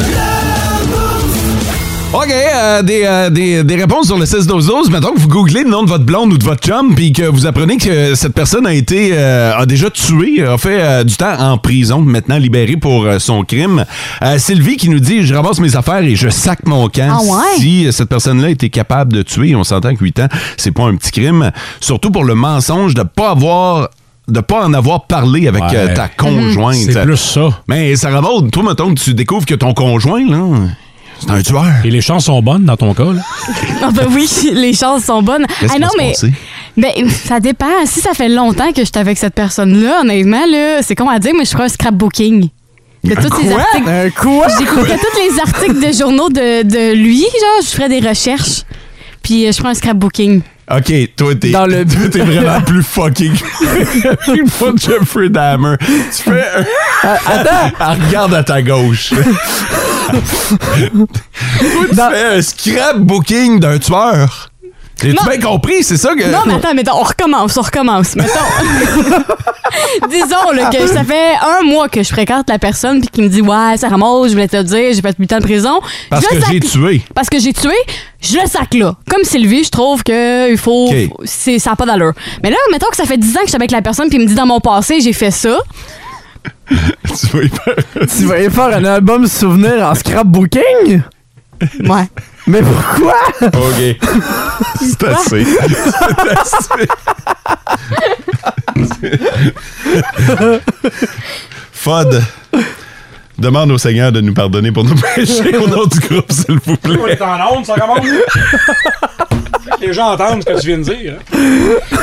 C: OK, euh, des, euh, des, des réponses sur le 16 12 12 Mettons que vous googlez le nom de votre blonde ou de votre chum, puis que vous apprenez que cette personne a été euh, a déjà tué, a fait euh, du temps en prison, maintenant libérée pour euh, son crime. Euh, Sylvie qui nous dit « Je ramasse mes affaires et je sac mon camp.
E: Ah ouais?
C: Si euh, cette personne-là était capable de tuer, on s'entend que 8 ans, c'est pas un petit crime. Surtout pour le mensonge de pas avoir de pas en avoir parlé avec
D: Ouais.
C: euh, ta conjointe.
D: C'est plus ça.
C: Mais ça remonte. Toi, mettons que tu découvres que ton conjoint, là, c'est un tueur.
D: Et les chances sont bonnes dans ton cas, là.
E: Ah ben oui, les chances sont bonnes.
C: Qu'est-ce
E: Ah
C: qui
E: non,
C: va se
E: mais
C: passer?
E: ben, ça dépend. Si ça fait longtemps que j'étais avec cette personne-là, honnêtement, là, c'est con à dire, mais je ferais un scrapbooking. De tous ces articles.
F: Un quoi?
E: J'écouterais tous les articles de journaux de, de lui, genre, je ferais des recherches. Puis euh, je ferais un scrapbooking.
C: OK, toi, t'es
F: Dans le-
C: toi, t'es vraiment plus fucking que pas Jeffrey Dahmer. Tu fais...
E: Ah,
C: Attends! regarde à ta gauche. Toi, tu
F: Dans-
C: fais un scrapbooking d'un tueur. J'ai-tu
E: Non.
C: bien compris? C'est ça que...
E: Non, mais attends, mettons, on recommence, on recommence. Mettons. Disons là, que ça fait un mois que je fréquente la personne puis qui me dit Ouais, ça Ramos, je voulais te le dire, j'ai fait 8 ans de prison.
C: Parce
E: Je
C: que
E: sac-
C: j'ai tué.
E: Parce que j'ai tué, je le sac là. Comme Sylvie, je trouve que il faut.
C: Ok.
E: c'est Ça n'a pas d'allure. Mais là, mettons que ça fait 10 ans que je suis avec la personne puis il me dit Dans mon passé, j'ai fait ça.
C: tu vois, il fait-
F: Tu vas y faire un album souvenir en scrapbooking?
E: Ouais.
F: Mais pourquoi?
C: OK. C'est assez. C'est assez. Fod, demande au Seigneur de nous pardonner pour nous péchés au nom du groupe, s'il vous plaît.
D: en honte, ça commence. Les gens entendent ce que tu viens de dire. hein.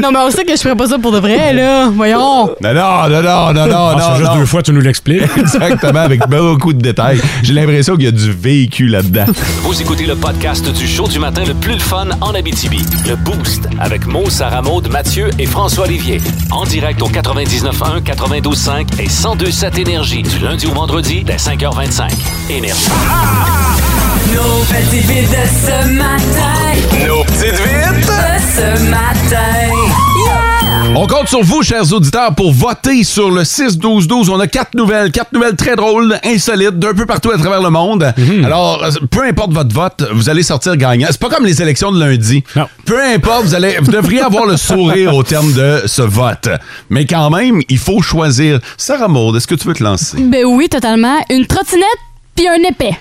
E: Non, mais on sait que je ferais pas ça pour de vrai, là. Voyons.
C: Non, non, non, non, non, non, Ah, non,
D: Ah, c'est juste
C: non.
D: deux fois tu nous l'expliques.
C: Exactement, avec beaucoup de détails. J'ai l'impression qu'il y a du vécu là-dedans.
B: Vous écoutez le podcast du show du matin le plus le fun en Abitibi. Le Boost avec Mo, Sarah Maud, Mathieu et François Olivier. En direct au 99.1, 92.5 et 102.7 Énergie du lundi au vendredi dès 5h25. Énergie.
I: Nos petites vites de ce matin.
B: Nos petites
I: De ce matin. Yeah!
C: On compte sur vous, chers auditeurs, pour voter sur le 6-12-12. On a quatre nouvelles, quatre nouvelles très drôles, insolites, d'un peu partout à travers le monde. Alors, euh, peu importe votre vote, vous allez sortir gagnant. C'est pas comme les élections de lundi.
D: Non.
C: Peu importe, vous, allez, vous devriez avoir le sourire au terme de ce vote. Mais quand même, il faut choisir. Sarah Maud, est-ce que tu veux te lancer?
E: Ben oui, totalement. Une trottinette puis un épais.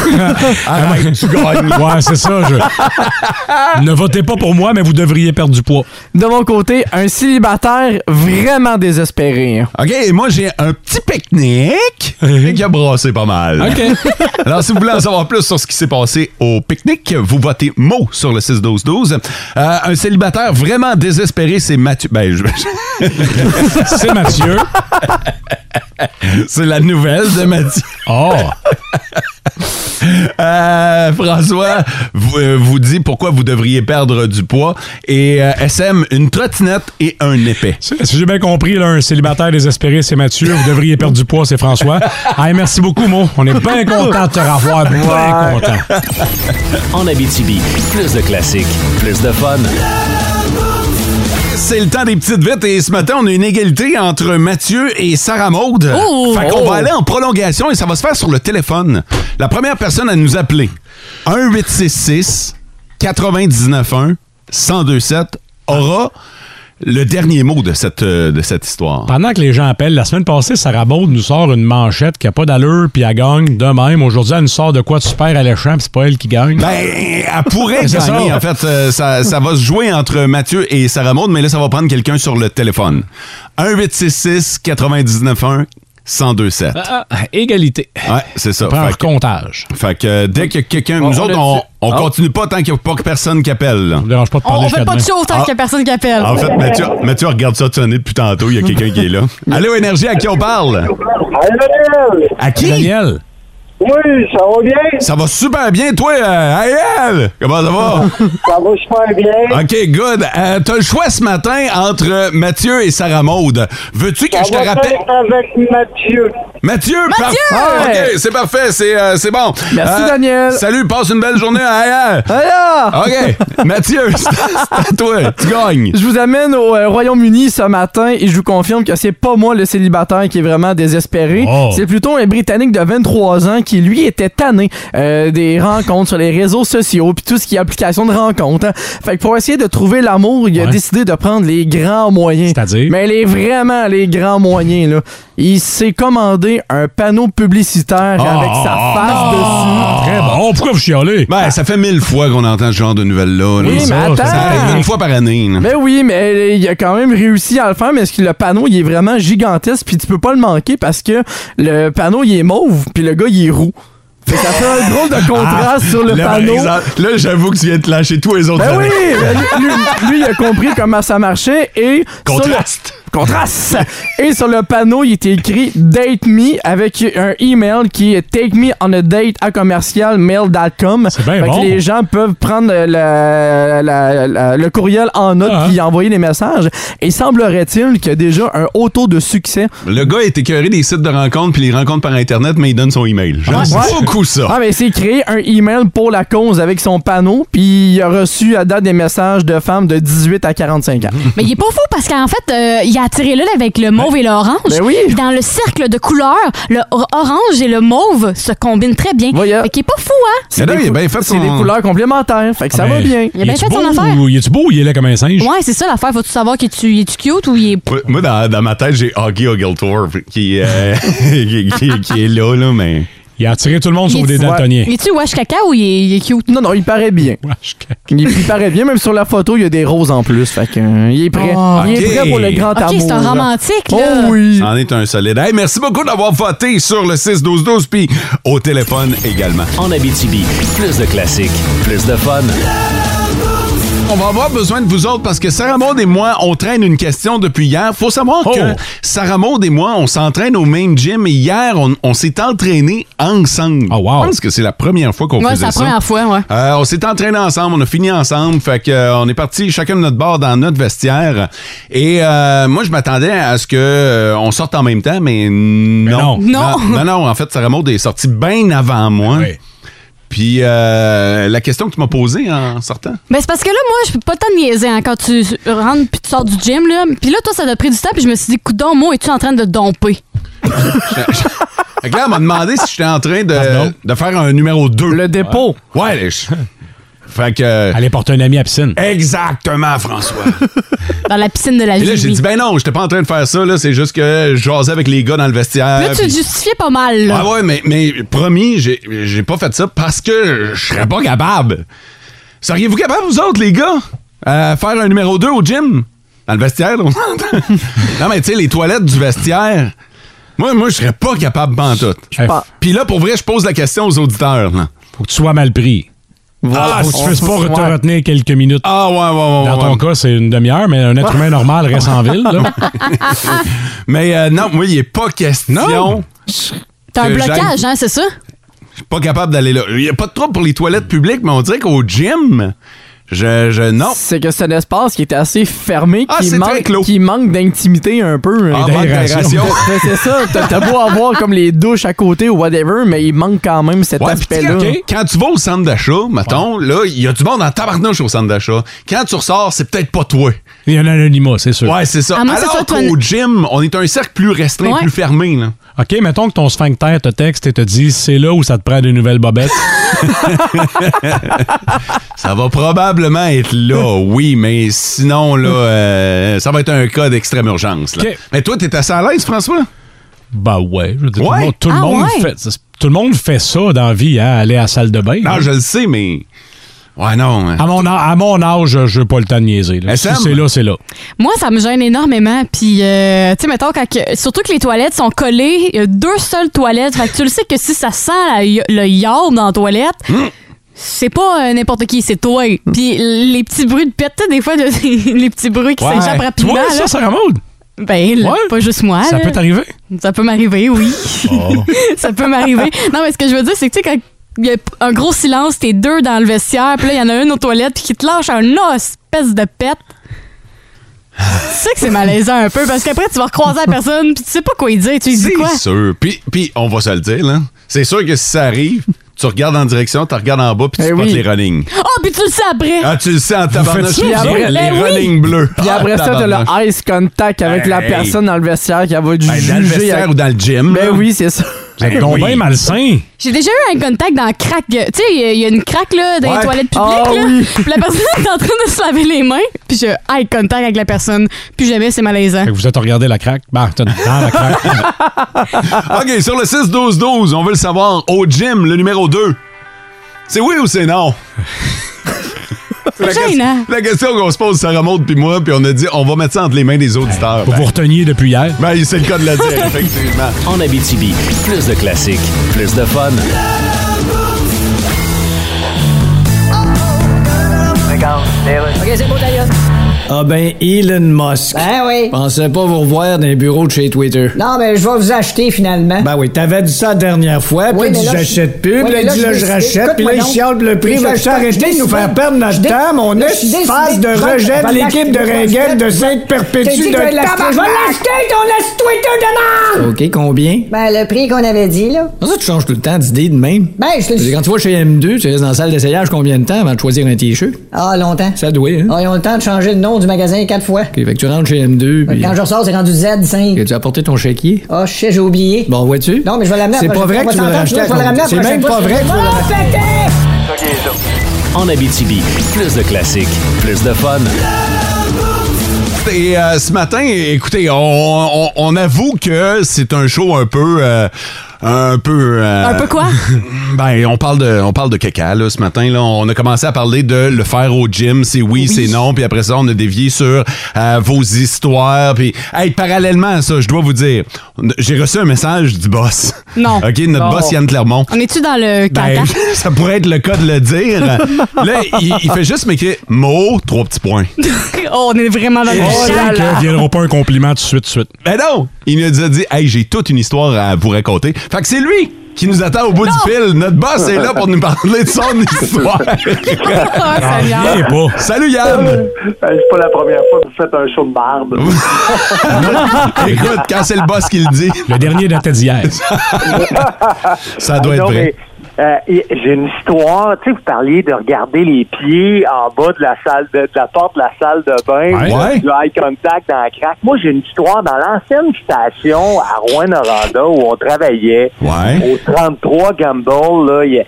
C: Arrête, Ah, tu gagnes.
D: Ouais, c'est ça. je- Ne votez pas pour moi, mais vous devriez perdre du poids.
F: De mon côté, un célibataire vraiment désespéré.
C: OK, et moi, j'ai un petit pique-nique qui a brassé pas mal. Alors, si vous voulez en savoir plus sur ce qui s'est passé au pique-nique, vous votez mot sur le 6-12-12. Euh, un célibataire vraiment désespéré, c'est Mathieu. Ben, je-
D: C'est Mathieu.
C: c'est la nouvelle de Mathieu.
D: Oh!
C: Euh, François vous, euh, vous dit pourquoi vous devriez perdre du poids. Et euh, SM, une trottinette et un épais.
D: Si j'ai bien compris, là, un célibataire désespéré, c'est Mathieu. Vous devriez perdre du poids, c'est François. Hey, merci beaucoup, Mo. On est bien content de te revoir. Bien content.
B: En Abitibi, plus de classiques, plus de fun.
C: C'est le temps des petites vites et ce matin, on a une égalité entre Mathieu et Sarah Maude.
E: Oh!
C: fait qu'on
E: Oh!
C: va aller en prolongation et ça va se faire sur le téléphone. La première personne à nous appeler 1 866 991 1027 aura le dernier mot de cette, euh, de cette histoire.
D: Pendant que les gens appellent, la semaine passée, Sarah Baud nous sort une manchette qui a pas d'allure, puis elle gagne de même. Aujourd'hui, elle nous sort de quoi de super alléchant, puis c'est pas elle qui gagne.
C: Ben, elle pourrait
D: C'est
C: gagner.
D: ça.
C: En fait, euh, ça, ça va se jouer entre Mathieu et Sarah Maud, mais là, ça va prendre quelqu'un sur le téléphone. 1-866-991-1027.
D: Ah, ah, égalité.
C: Ouais, c'est ça.
D: Prends un
C: Fait que-
D: comptage.
C: Fait que euh, dès que quelqu'un.
F: On-
C: nous
F: on
C: autres,
F: l'a
C: on,
F: dit.
C: on continue pas tant qu'il n'y a pas que personne qui appelle. là.
D: Ça me dérange pas de
E: On,
D: parler
E: on
D: jusqu'à
E: fait pas de
D: demain.
E: show autant
C: Ah.
E: qu'il y a personne qui appelle.
C: En fait, Mathieu, Mathieu regarde ça sonner depuis tantôt. Il y a quelqu'un qui est là. Allô, Énergie, à qui on parle? À qui?
D: Daniel,
J: Oui, ça va bien?
C: Ça va super bien, toi, euh, Ariel! Comment ça va?
J: Ça va super bien.
C: OK, good. Euh, T'as le choix ce matin entre Mathieu et Sarah Maude. Veux-tu que je te
J: On va
C: rappelle?
J: faire avec Mathieu.
C: Mathieu! par- Ah,
F: Ouais.
C: OK, c'est parfait. C'est euh, c'est bon.
F: Merci, Daniel. Hein?
C: Salut, passe une belle journée à Ariel.
F: Voilà!
C: OK, Mathieu, c'est à c'est à toi. Tu gagnes.
F: Je vous amène au euh, Royaume-Uni ce matin et je vous confirme que c'est pas moi le célibataire qui est vraiment désespéré.
D: Oh.
F: C'est plutôt un Britannique de 23 ans qui, lui, était tanné euh, des rencontres sur les réseaux sociaux puis tout ce qui est application de rencontres. hein. Fait que pour essayer de trouver l'amour, il a
D: Ouais.
F: décidé de prendre les grands moyens.
D: C'est-à-dire?
F: Mais les vraiment les grands moyens, là. Il s'est commandé un panneau publicitaire
D: Ah,
F: avec sa face dessus.
D: très bon. Oh, Pourquoi vous chialez?
C: Ben, ça fait mille fois qu'on entend ce genre de nouvelles-là. là.
F: Oui,
C: Ça-
F: mais
D: ça,
F: attends!
C: ça arrive une fois par année. là.
F: Ben oui, mais euh, il a quand même réussi à le faire, mais est-ce que le panneau, il est vraiment gigantesque, puis tu peux pas le manquer parce que le panneau, il est mauve, puis le gars, il est roux. Fait que ça fait un drôle de contraste sur le
C: Là, par
F: panneau.
C: exemple, là, j'avoue que tu viens de lâcher tous les autres.
F: Ben oui,
C: années.
F: ben lui, lui- lui, il a compris comment ça marchait et... sur le-
C: Contraste.
F: Contraste! Et sur le panneau, il était écrit Date me avec un email qui est Take me on a date à commercial mail.com.
D: C'est bien
F: Fait
D: bon.
F: que les gens peuvent prendre la- la- la- le courriel en note
D: Ah.
F: puis y envoyer des messages. Et semblerait-il qu'il y a déjà un haut taux de succès.
C: Le gars est écœuré des sites de rencontres puis les rencontres par Internet, mais il donne son email. J'aime
F: Ouais.
C: beaucoup ça.
F: Ah, mais c'est créé un email pour la cause avec son panneau, puis il a reçu à date des messages de femmes de 18 à 45 ans.
E: Mais il est pas fou parce qu'en fait, euh, il a attiré l'œil avec le mauve et l'orange.
F: Ben oui.
E: Puis Dans le cercle de couleurs, le or- orange et le mauve se combinent très bien.
F: Voyons.
E: Fait qu'il est pas fou, hein?
F: C'est
C: là,
F: des,
C: il a
F: cou-
C: bien fait
F: c'est
C: ben, son-
F: des couleurs complémentaires, fait que ça
D: Ah,
F: va
D: ben,
F: bien.
E: Il a bien
D: est-tu
E: fait son
D: beau
E: affaire.
D: ou- Il est-tu beau ou il est là comme un singe?
E: Ouais, c'est ça l'affaire. Faut-tu savoir qu'il est-tu il est-tu cute ou il est...
C: Ouais, Moi, dans, dans ma tête, j'ai Augie Oglethorpe qui, euh, qui, qui- qui est là, là, mais...
D: Il a attiré tout le monde
E: Il
D: sauf
E: est-
D: des
E: Ouais.
D: daltoniens.
E: Il est-tu wesh caca ou il est, il est cute?
F: Non, non, il paraît bien.
D: Ouais, je-
F: Il, il paraît bien, même sur la photo, il y a des roses en plus. Fait que, euh, il est prêt. il est
C: Ah, ok. Ah,
F: prêt pour le grand
E: Ok,
F: amour.
E: c'est un
F: là.
E: romantique, là.
F: Oh oui.
C: C'en est un solide. Hey, merci beaucoup d'avoir voté sur le 6-12-12 puis au téléphone également.
B: En Abitibi, plus de classiques, plus de fun.
C: On va avoir besoin de vous autres parce que Sarah Maud et moi, on traîne une question depuis hier. Faut savoir
D: Oh.
C: que Sarah Maud et moi, on s'entraîne au même gym et hier, on, on s'est entraîné ensemble.
D: Oh, wow.
C: Je pense que c'est la première fois qu'on
E: Ouais, c'est
C: faisait
E: la
C: ça.
E: première fois, ouais.
C: Euh, on s'est entraîné ensemble, on a fini ensemble, fait que euh, on est parti chacun de notre bord dans notre vestiaire. Et euh, moi, je m'attendais à ce que euh, on sorte en même temps, mais non.
D: non.
E: Non.
C: non, non, en fait, Sarah Maud est sortie bien avant moi.
D: Ouais.
C: Puis euh, la question que tu m'as posée en sortant.
E: Ben, c'est parce que là, moi, je peux pas tant niaiser hein, quand tu rentres puis tu sors du gym, là. Puis là, toi, ça t'a pris du temps, puis je me suis dit, coudon, moi, es-tu en train de domper?
C: Fait que là, elle m'a demandé si j'étais en train de, de faire un numéro 2.
F: Le dépôt.
C: Ouais, là, je- Fait que.
D: Allez porter un ami à piscine.
C: Exactement, François.
E: Dans la piscine de la
C: Et là,
E: vie.
C: j'ai dit,
E: oui.
C: ben non, j'étais pas en train de faire ça, là. C'est juste que je jasais avec les gars dans le vestiaire.
E: Là, tu
C: puis-
E: te justifiais pas mal.
C: ben,
E: là.
C: euh, Ah ouais, mais, mais promis, j'ai j'ai pas fait ça parce que je serais pas capable. Seriez-vous capable, vous autres, les gars, à faire un numéro 2 au gym? Dans le vestiaire, on s'entend. Non, mais tu sais, les toilettes du vestiaire, moi, moi je serais pas capable pantoute.
D: pas-
C: Puis là, pour vrai, je pose la question aux auditeurs. là.
D: Faut que tu sois mal pris.
C: Voilà.
D: Ah, si tu
C: On
D: ne
C: se
D: pas re- te
C: voit.
D: retenir quelques minutes.
C: Ah, ouais, ouais, ouais.
D: Dans
C: ouais,
D: ton
C: ouais.
D: cas, c'est une demi-heure, mais un être humain normal reste en ville. là.
C: Mais euh, non, moi, il est pas question.
D: Non.
E: T'as un
C: que
E: blocage,
C: j'aille-
E: hein, c'est ça?
C: Je suis pas capable d'aller là. Il y a pas de trouble pour les toilettes publiques, mais on dirait qu'au gym, je, je non.
F: C'est que c'est un espace qui était assez fermé,
C: Ah,
F: qui,
C: c'est très
F: manque,
C: clos.
F: qui manque d'intimité un peu. euh,
C: Ah, manque d'aération.
F: C'est- c'est ça, t'as t'as beau avoir comme les douches à côté ou whatever, mais il manque quand même cet
C: Ouais, puis
F: aspect-là.
C: tu sais, Quand tu vas au centre d'achat, mettons, là, il y a du monde en tabarnouche au centre d'achat. Quand tu ressors, c'est peut-être pas toi.
D: Il y a un anonymat, c'est sûr.
C: Ouais, c'est ça.
E: Ah, moi, c'est
C: Alors
E: ça, toi,
C: qu'au
E: n-
C: gym, on est un cercle plus restreint,
E: Ouais.
C: plus fermé. Là.
D: OK, mettons que ton sphincter te texte et te dit c'est là où ça te prend des nouvelles bobettes.
C: Ça va probablement être là, oui, mais sinon, là, euh, ça va être un cas d'extrême urgence. là.
D: OK.
C: Mais toi, t'es assez à l'aise, François?
D: bah ouais, je veux dire, tout le
C: Ouais.
D: monde- tout le,
E: Ah
D: monde
E: ouais.
D: fait, tout le monde fait ça dans la vie, hein, aller à la salle de bain.
C: Non,
D: là.
C: je le sais, mais. Ouais, non. hein.
F: Ah,
D: à, mon, a- à mon âge, je n'ai pas le temps de niaiser. là. Si
C: SM?
D: c'est là, c'est là.
E: Moi, ça me gêne énormément. Puis, euh, tu sais, mettons, quand que- surtout que les toilettes sont collées, il y a deux seules toilettes. Fait que tu le sais que si ça sent la y- le yard dans la toilette, c'est pas euh, n'importe qui, c'est toi. Puis les petits bruits de pète, tu sais, des fois, les petits bruits qui s'échappent rapidement.
D: Toi,
E: là.
D: ça, Sarah Maud,
E: Ben, là,
D: Ouais.
E: pas juste moi.
D: ça
E: là.
D: peut t'arriver.
E: Ça peut m'arriver, oui.
C: Oh.
E: ça peut m'arriver. Non, mais ce que je veux dire, c'est que, tu sais, quand il y a un gros silence, t'es deux dans le vestiaire, puis là, il y en a une aux toilettes, puis qui te lâche un espèce de pète. tu sais que c'est malaisant un peu, parce qu'après, tu vas recroiser la personne, puis tu sais pas quoi lui dire. Tu lui dis quoi?
C: C'est sûr. Puis, puis, on va se le dire, là. C'est sûr que si ça arrive, tu regardes en direction, tu regardes en bas, puis tu
F: Eh
C: portes
F: oui.
C: les running.
E: Oh, puis tu le sais après!
C: Ah, tu le sais en
D: faites
C: tabarnouche.
D: ça,
C: les
F: vous
C: les
F: autres?
E: Ben oui.
C: running bleus.
F: Puis après
C: Ah,
F: ça, t'as
C: tabarnouche.
F: le ice contact avec la
C: Hey.
F: personne dans le vestiaire qui va être
C: Ben, dans le
F: jugée.
C: vestiaire ou dans le gym.
F: Ben
C: là.
F: oui, c'est ça.
D: Vous êtes
C: Ben
D: donc
C: oui.
D: bien malsain.
E: J'ai déjà eu un contact dans crack. Tu sais, il y a- il y a une craque là, dans les
C: Ouais.
E: toilettes publiques.
F: Ah
E: là.
F: oui.
E: Puis la personne est en train de se laver les mains. Puis je eye contact avec la personne. Puis jamais, c'est malaisant.
D: Fait que vous êtes regardé la craque. Bah, t'as dans la craque.
C: OK, sur le 6-12-12, on veut le savoir. Au gym, le numéro 2. C'est oui ou c'est non? C'est la,
E: Gênant.
C: question- la question qu'on se pose, ça remonte puis moi, puis on a dit on va mettre ça entre les mains des auditeurs.
D: vous
C: Ben,
D: vous reteniez depuis hier.
C: ben, c'est le cas de le dire, effectivement.
B: En Abitibi, plus de classiques, plus de fun.
I: OK, c'est bon, d'ailleurs.
H: Ah ben, Elon Musk.
I: Ben oui.
H: Pensais pas vous revoir dans les bureaux de chez Twitter.
I: Non, mais je vais vous acheter finalement.
H: Ben oui, t'avais dit ça la dernière fois,
I: Oui,
H: puis
I: mais
H: dit
I: là, je-
H: j'achète plus,
I: Oui,
H: puis
I: mais
H: là,
I: là,
H: il dit
I: je
H: là, je
I: décidé-
H: rachète, puis là, il
I: écoute-moi
H: chiale
I: donc.
H: le prix.
I: Je-
H: Fait que
I: je-
H: tu arrêté de nous
I: je-
H: faire perdre
I: je-
H: notre
I: je-
H: temps, mais on
I: je-
H: est
I: je- je-
H: phase de
I: je- je-
H: rejet de
I: je- je-
H: l'équipe de
I: je- je-
H: Ringuel de
I: T'as dit
H: Sainte-Perpétue
I: que je vais
H: de
I: l'acheter, je vais
H: tabarnak!
I: l'acheter ton laisse Twitter de merde!
H: OK, combien?
I: Ben, le prix qu'on avait dit, là.
H: Ça, tu changes tout le temps d'idée de même.
I: Ben, je te
H: Je veux dire,
I: le
H: Quand tu vas chez M2, tu restes dans la salle d'essayage combien de temps avant de choisir un t-shirt?
I: Ah, longtemps.
H: Ça doit, hein?
I: Ah, ils ont le temps de changer le nom du magasin quatre fois.
H: OK, fait que tu rentres chez M2, puis...
I: Quand je ressors, c'est rendu Z5.
H: Tu as apporté ton chéquier?
I: Ah, je sais, j'ai oublié.
H: Bon, vois-tu?
I: Non, mais je vais l'amener à la
H: C'est pas
I: prochaine
H: vrai
I: fois.
H: que tu
I: On
H: veux
I: va
H: racheter
I: s'entendre, je
H: à
I: vais l'amener à la
H: C'est
I: prochaine
H: même pas
I: fois.
H: vrai que tu veux
I: Ah,
H: racheter.
I: pété!
B: En Abitibi, plus de classiques, plus de fun.
C: Et euh, ce matin, écoutez, on, on- on avoue que c'est un show un peu. euh, un peu. euh,
E: Un peu quoi?
C: Ben, on parle de, on parle de caca, là, ce matin. Là, on a commencé à parler de le faire au gym, c'est oui, c'est non. Puis après ça, on a dévié sur euh, vos histoires. Puis, hey, parallèlement à ça, je dois vous dire, on- j'ai reçu un message du boss.
E: Non.
C: OK, notre
F: Non.
C: boss Yann Clermont.
E: On est-tu dans le
C: Ben,
E: caca?
C: ça pourrait être le cas de le dire. Là, il, il fait juste m'écrire mot, trois petits points.
E: Oh, on est vraiment dans le
D: Je
E: caca.
D: sais que viendront pas un compliment tout de suite, tout de suite.
C: Ben non! Il nous a dit, hey, j'ai toute une histoire à vous raconter. Fait que c'est lui qui nous attend au bout du fil. Notre boss est là pour nous parler de son histoire.
E: Oh, Seigneur.
D: Viens pas.
C: Salut Yann!
I: Oh,
J: Euh, c'est pas la première fois que vous faites un show de barbe.
H: Hein?
C: Écoute, quand c'est le boss qui le dit,
D: Le dernier datait d'hier.
C: ça doit être
J: Non,
C: vrai.
J: mais, euh, et- j'ai une histoire. Tu sais, vous parliez de regarder les pieds en bas de la salle de, de la porte de la salle de bain,
C: Ouais.
J: du eye contact dans la craque. Moi, j'ai une histoire dans l'ancienne station à Rouen-Noranda où on travaillait.
C: Hein? Ouais.
J: Au 33 Gamble, là, il y a-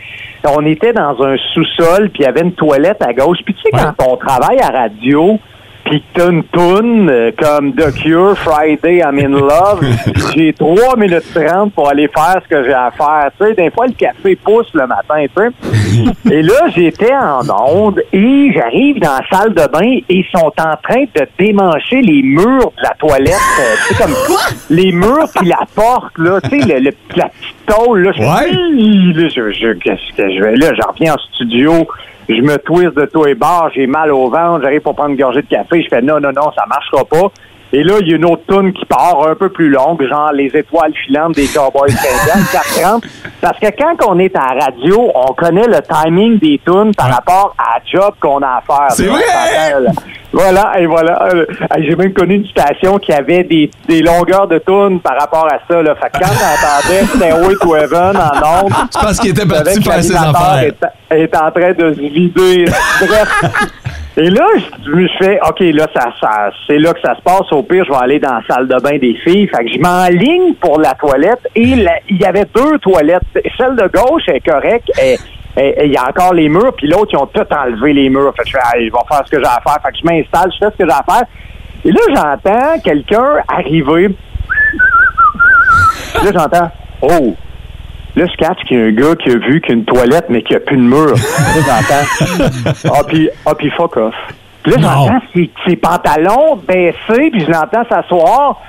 J: on était dans un sous-sol, puis il y avait une toilette à gauche. Puis tu sais, quand on travaille à radio, puis que t'as une toune euh, comme The Cure, Friday, I'm in love, j'ai 3 minutes 30 pour aller faire ce que j'ai à faire. Tu sais, des fois, le café pousse le matin, tu sais. Et là, j'étais en onde et j'arrive dans la salle de bain et ils sont en train de démancher les murs de la toilette. euh, tu sais, comme les murs puis la porte, là, tu sais, le, le- la petite tôle, là. Je fais, Hi, là, je, je- qu'est-ce que je vais là? J'en reviens en studio. Je me twiste de tout et barre, j'ai mal au ventre, j'arrive pour prendre une gorgée de café. Je fais non, non, non, ça marchera pas. Et là, il y a une autre toune qui part un peu plus longue, genre les étoiles filantes des Cowboys Indians, ça rentre. Parce que quand on est à la radio, on connaît le timing des tunes par rapport à la job qu'on a à faire.
C: C'est
J: Là, on
C: vrai!
J: s'entend, là. Voilà, et voilà. Euh, hey, J'ai même connu une station qui avait des, des longueurs de tunes par rapport à ça. Là. Fait que quand j'entendais Stairway to Heaven en ondes,
C: C'est parce qu'il était parti
J: avec
C: faire ses
J: l'animateur
C: affaires.
J: Est, est en train de se vider. Bref. Et là, je me fais, OK, là, ça, ça- c'est là que ça se passe. Au pire, je vais aller dans la salle de bain des filles. Fait que je m'enligne pour la toilette. Et la- il y avait deux toilettes. Celle de gauche est correcte. Elle- elle- elle- Il y a encore les murs. Puis l'autre, ils ont tout enlevé les murs. Fait que je fais, Hey, je vais faire ce que j'ai à faire. Fait que je m'installe, je fais ce que j'ai à faire. Et là, j'entends quelqu'un arriver. Là, j'entends, oh, Là, je catch qu'il y a un gars qui a vu qu'une toilette, mais qu'il n'y a plus de mur. Là, j'entends. Ah, puis ah, puis fuck off. Puis là, j'entends ses, ses pantalons baissés, puis je l'entends s'asseoir.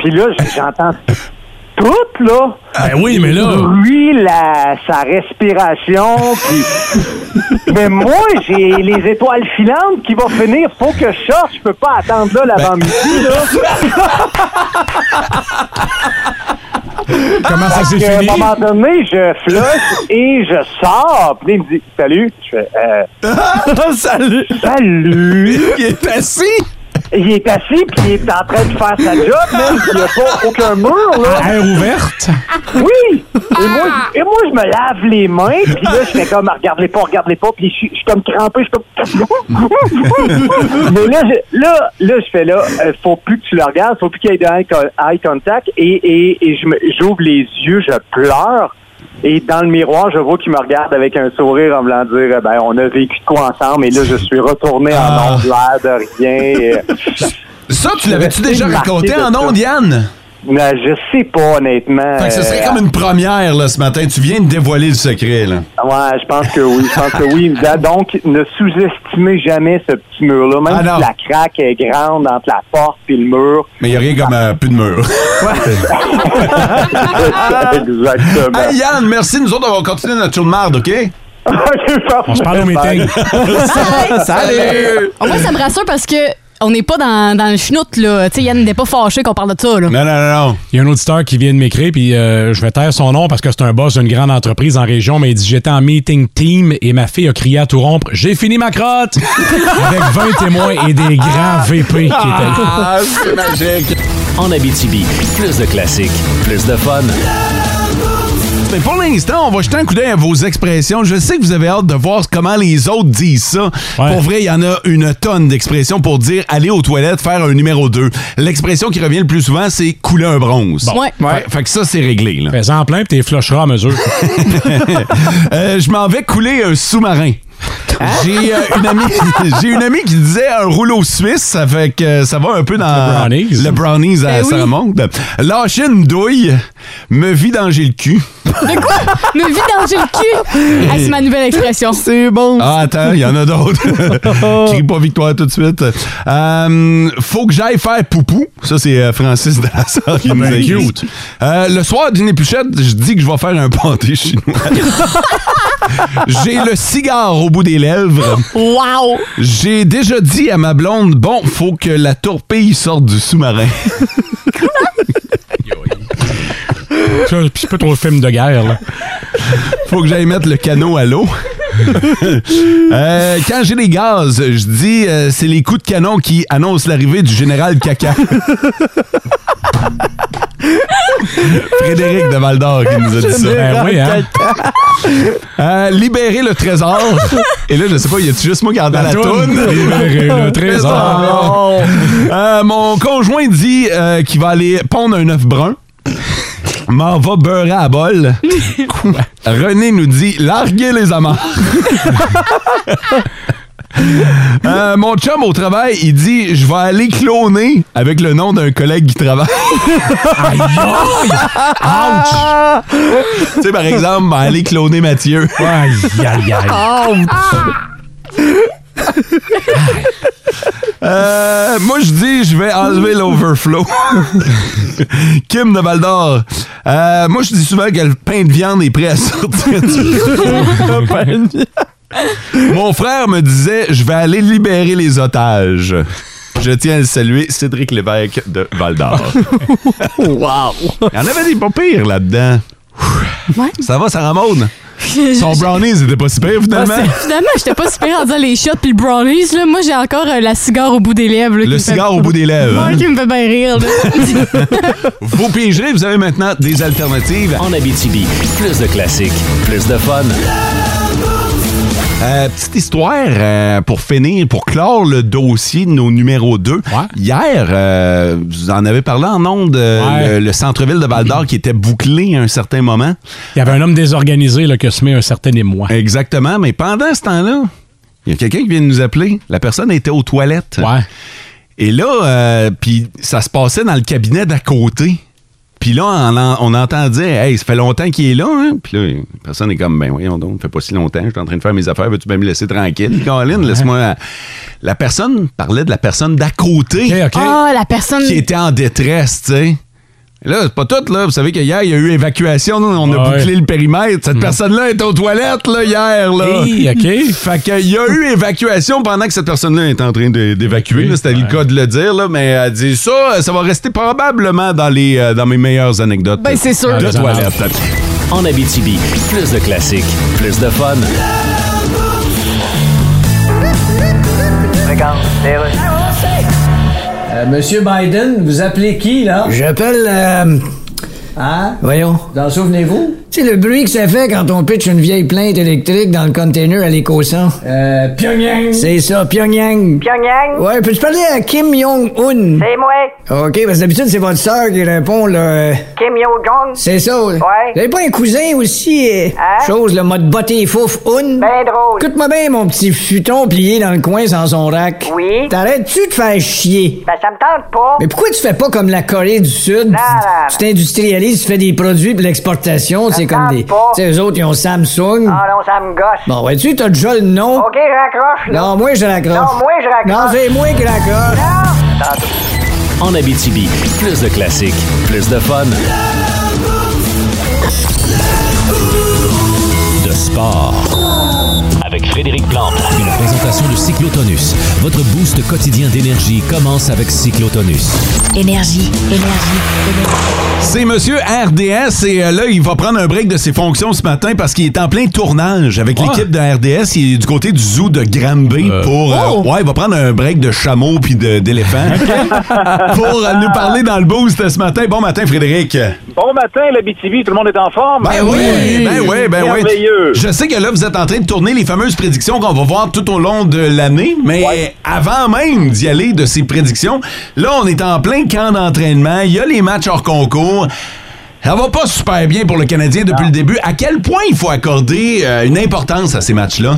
J: Puis là, j- j'entends tout, là.
D: Ben oui, mais là.
J: Lui, la, sa respiration, puis... mais moi, j'ai les étoiles filantes qui vont finir. Faut que je sorte. Je peux pas attendre là l'avant-midi, là.
D: Comment ça s'est
J: Puis, à un
D: fini?
J: moment donné, je flush et je sors. Puis là, il me dit, salut. Je fais, Euh,
F: Salut!
J: Salut!
C: Il est assis!
J: Il est assis, puis il est en train de faire sa job, même s'il n'y a pas aucun mur, là.
D: Air ouverte?
J: Oui! Et moi, je- et moi, je me lave les mains, puis là, je fais comme, Ah, regarde-les pas, regarde-les pas, puis je suis- je suis comme crampé, je suis comme... Mais là, je, là, là, je fais là, euh, faut plus que tu le regardes, faut plus qu'il y ait de eye con- eye contact, et, et, et je me- j'ouvre les yeux, je pleure, et dans le miroir, je vois qu'il me regarde avec un sourire en voulant dire, Eh ben, on a vécu de quoi ensemble, et là, je suis retourné
I: Ah.
J: en ondes, l'air de rien. et-
C: Euh, Ça, tu l'avais-tu déjà
J: marqué
C: raconté
J: de
C: en
J: ça.
C: ondes, Yann?
J: Non, je sais pas, honnêtement.
C: Fait que ce serait
J: Euh,
C: comme une première, là, ce matin. Tu viens de dévoiler le secret, là.
J: Ouais, je pense que oui. Je pense que oui. Da- Donc, ne sous-estimez jamais ce petit mur-là. Même
C: Ah, non.
J: si la craque est grande entre la porte et le mur.
C: Mais il n'y a rien comme euh, plus de mur.
I: Ah.
J: Exactement.
C: hey, Yann, merci. Nous autres, on va continuer notre tour de marde, OK?
D: On se parle au meeting.
C: Salut!
E: Au moins, ça me rassure parce que on n'est pas dans, dans le chenoute, là. Tu sais, Yann n'est pas fâché qu'on parle de ça, là.
C: Non, non, non, non.
D: Il y a un auditeur qui vient de m'écrire, puis euh, je vais taire son nom parce que c'est un boss d'une grande entreprise en région, mais il dit J'étais en meeting team et ma fille a crié à tout rompre J'ai fini ma crotte Avec 20 témoins et des grands VP qui étaient là.
C: Ah, c'est magique.
B: En Abitibi, plus de classiques, plus de fun.
C: Mais pour l'instant, on va jeter un coup d'œil à vos expressions. Je sais que vous avez hâte de voir comment les autres disent ça.
D: Ouais.
C: Pour vrai, il y en a une tonne d'expressions pour dire aller aux toilettes, faire un numéro 2. L'expression qui revient le plus souvent, c'est couler un bronze.
E: Ouais.
C: Fait, fait que ça, c'est réglé. là.
D: Fais-en plein, puis t'es flusheras à mesure.
C: Euh, je m'en vais couler un sous-marin. J'ai euh, une amie, j'ai une amie qui disait un rouleau suisse, ça fait que euh, ça va un peu dans
D: Le brownies.
C: le brownies à Sarah Maud. Lâcher une douille, me vidanger le cul.
E: De quoi? Me vidanger le cul! Hey, c'est ma nouvelle expression.
F: C'est bon!
C: Ah, attends, il y en a d'autres. Crie pas victoire tout de suite. Euh, faut que j'aille faire poupou. Ça, c'est euh, Francis de la Sarre qui nous a
D: Ben,
C: écrit.
D: cute.
C: Euh, le soir d'une épluchette, je dis que je vais faire un pâté chinois. J'ai le cigare au bout des lèvres.
E: Wow!
C: J'ai déjà dit à ma blonde, bon, faut que la torpille sorte du sous-marin.
D: Ça, puis c'est pas trop le film de guerre, là.
C: Faut que j'aille mettre le canot à l'eau. Euh, quand j'ai les gaz, je dis euh, c'est les coups de canon qui annoncent l'arrivée du général Caca. Frédéric de Val d'Or qui nous a dit ça.
D: Ben oui, hein.
C: Euh, libérer le trésor. Et là, je sais pas, y a-tu juste moi qui entends la toune?
D: Le trésor.
C: Euh, mon conjoint dit euh, qu'il va aller pondre un œuf brun. M'en va beurrer à bol. Quoi? René nous dit larguez les amarres. Euh, mon chum au travail, il dit je vais aller cloner avec le nom d'un collègue qui travaille. Aïe Tu sais par exemple, ben, aller cloner Mathieu. Ah! Aïe aïe Euh, moi, je dis, je vais enlever l'overflow. Kim de Val d'Or. Euh, moi, je dis souvent que le pain de viande est prêt à sortir du four. Pain de viande. Mon frère me disait, je vais aller libérer les otages. Je tiens à le saluer, Cédric Lévesque de Val d'Or. wow! Il y en avait des pas pires là-dedans. Ça va, Sarah Maud? Son brownies était pas si pire, finalement.
E: Ah, Finalement, j'étais pas super en disant les shots puis le brownies. Là. Moi, j'ai encore euh, la cigarre au bout des lèvres. là, qui
C: Le
E: me fait-
C: cigare au bout hein. des lèvres.
E: Ouais, qui me fait bien rire. là.
C: Vous pigerez, vous avez maintenant des alternatives.
B: En Abitibi, plus de classiques, plus de fun.
C: Euh, petite histoire euh, pour finir, pour clore le dossier de nos numéros 2. Hier, euh, vous en avez parlé en ondes, euh,
D: Ouais.
C: le, le centre-ville de Val-d'Or qui était bouclé à un certain moment.
D: Il y avait un homme désorganisé là, qui a semé un certain émoi.
C: Exactement, mais pendant ce temps-là, il y a quelqu'un qui vient de nous appeler. La personne était aux toilettes.
D: Ouais.
C: Et là, euh, puis ça se passait dans le cabinet d'à côté. Puis là, on, en- on entend dire Hey, ça fait longtemps qu'il est là. Hein? Puis là, la personne est comme Ben voyons donc, ça fait pas si longtemps, je suis en train de faire mes affaires, veux-tu bien me laisser tranquille Colin, laisse-moi. La personne parlait de la personne d'à côté
D: OK, OK.
E: Ah, la personne.
C: qui était en détresse, tu sais. Là, c'est pas tout, là. Vous savez qu'hier, il y a eu évacuation. nous, on a
D: Ouais.
C: bouclé le périmètre. Cette personne-là est aux toilettes, là, hier, là.
D: Hey, OK.
C: Fait qu'il y a eu évacuation pendant que cette personne-là est en train de- d'évacuer. là. C'était le cas de le dire, là, mais elle dit ça, ça va rester probablement dans, les, euh, dans mes meilleures anecdotes.
E: Ben, c'est sûr.
C: De
D: Ah,
C: toilettes.
B: En Abitibi, plus de classiques, plus de fun.
G: Regarde, les rues.
H: Euh, Monsieur Biden, vous appelez qui, là?
I: J'appelle. euh,
H: Hein?
I: voyons.
H: Vous en souvenez-vous?
I: Tu sais, le bruit que ça fait quand on pitch une vieille plainte électrique dans le container à l'éco-sang.
H: Euh, Pyongyang.
I: C'est ça, Pyongyang.
G: Pyongyang,
I: Ouais, peux-tu parler à Kim Jong-un?
G: c'est moi,
I: OK, parce que d'habitude, c'est votre sœur qui répond, là. euh,
G: Kim Yo-Jong.
I: C'est ça. Ouais. Vous avez pas un cousin aussi? euh,
G: Hein?
I: Chose, le mode botter fouf, un?
G: Ben drôle.
I: Écoute-moi bien, mon petit futon plié dans le coin sans son rack.
G: Oui.
I: T'arrêtes-tu de faire chier?
G: Ben ça me tente pas.
I: Mais pourquoi tu fais pas comme la Corée du Sud? Tu- Tu t'industrialises, tu fais des produits pour l'exportation, c'est comme
G: tente
I: des. Tu
G: pas.
I: sais, eux autres, ils ont Samsung.
G: Ah non, ça me gosse.
I: Bon, vois-tu, t'as déjà le nom.
G: Ok, je raccroche, là.
I: Non, moi, je raccroche.
G: Non, moi, je raccroche.
I: Non, c'est moi qui raccroche.
B: En Abitibi, plus de classiques, plus de fun. De sport. Avec Frédéric Plante. Une présentation de Cyclotonus. Votre boost quotidien d'énergie commence avec Cyclotonus.
A: Énergie, énergie, énergie.
C: C'est Monsieur RDS et euh, là, il va prendre un break de ses fonctions ce matin parce qu'il est en plein tournage avec l'équipe de RDS. Il est du côté du zoo de Granby pour. euh, ouais, il va prendre un break de chameau puis de- d'éléphant pour euh, nous parler dans le boost ce matin. Bon matin, Frédéric.
J: Bon matin, la BTV, tout le monde est en forme.
C: Ben oui, ben oui, ben oui.
J: Merveilleux.
C: Je sais que là, vous êtes en train de tourner les fameuses prédictions qu'on va voir tout au long de l'année, mais avant même d'y aller de ces prédictions, là, on est en plein camp d'entraînement, il y a les matchs hors concours. Ça va pas super bien pour le Canadien depuis le début. À quel point il faut accorder euh, une importance à ces matchs-là?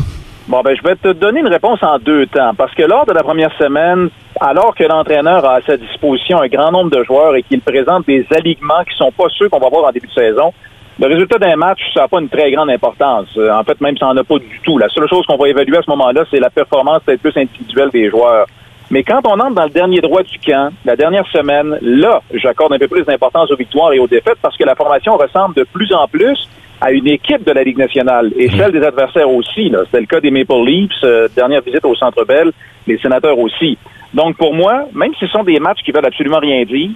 J: Bon, ben, je vais te donner une réponse en deux temps. Parce que lors de la première semaine, alors que l'entraîneur a à sa disposition un grand nombre de joueurs et qu'il présente des alignements qui sont pas ceux qu'on va voir en début de saison, le résultat d'un match, ça n'a pas une très grande importance. Euh, En fait, même, ça n'en a pas du tout. La seule chose qu'on va évaluer à ce moment-là, c'est la performance peut-être plus individuelle des joueurs. Mais quand on entre dans le dernier droit du camp, la dernière semaine, là, j'accorde un peu plus d'importance aux victoires et aux défaites parce que la formation ressemble de plus en plus à une équipe de la Ligue nationale et celle des adversaires aussi. là. C'était le cas des Maple Leafs, euh, dernière visite au Centre Bell, les sénateurs aussi. Donc pour moi, même si ce sont des matchs qui veulent absolument rien dire,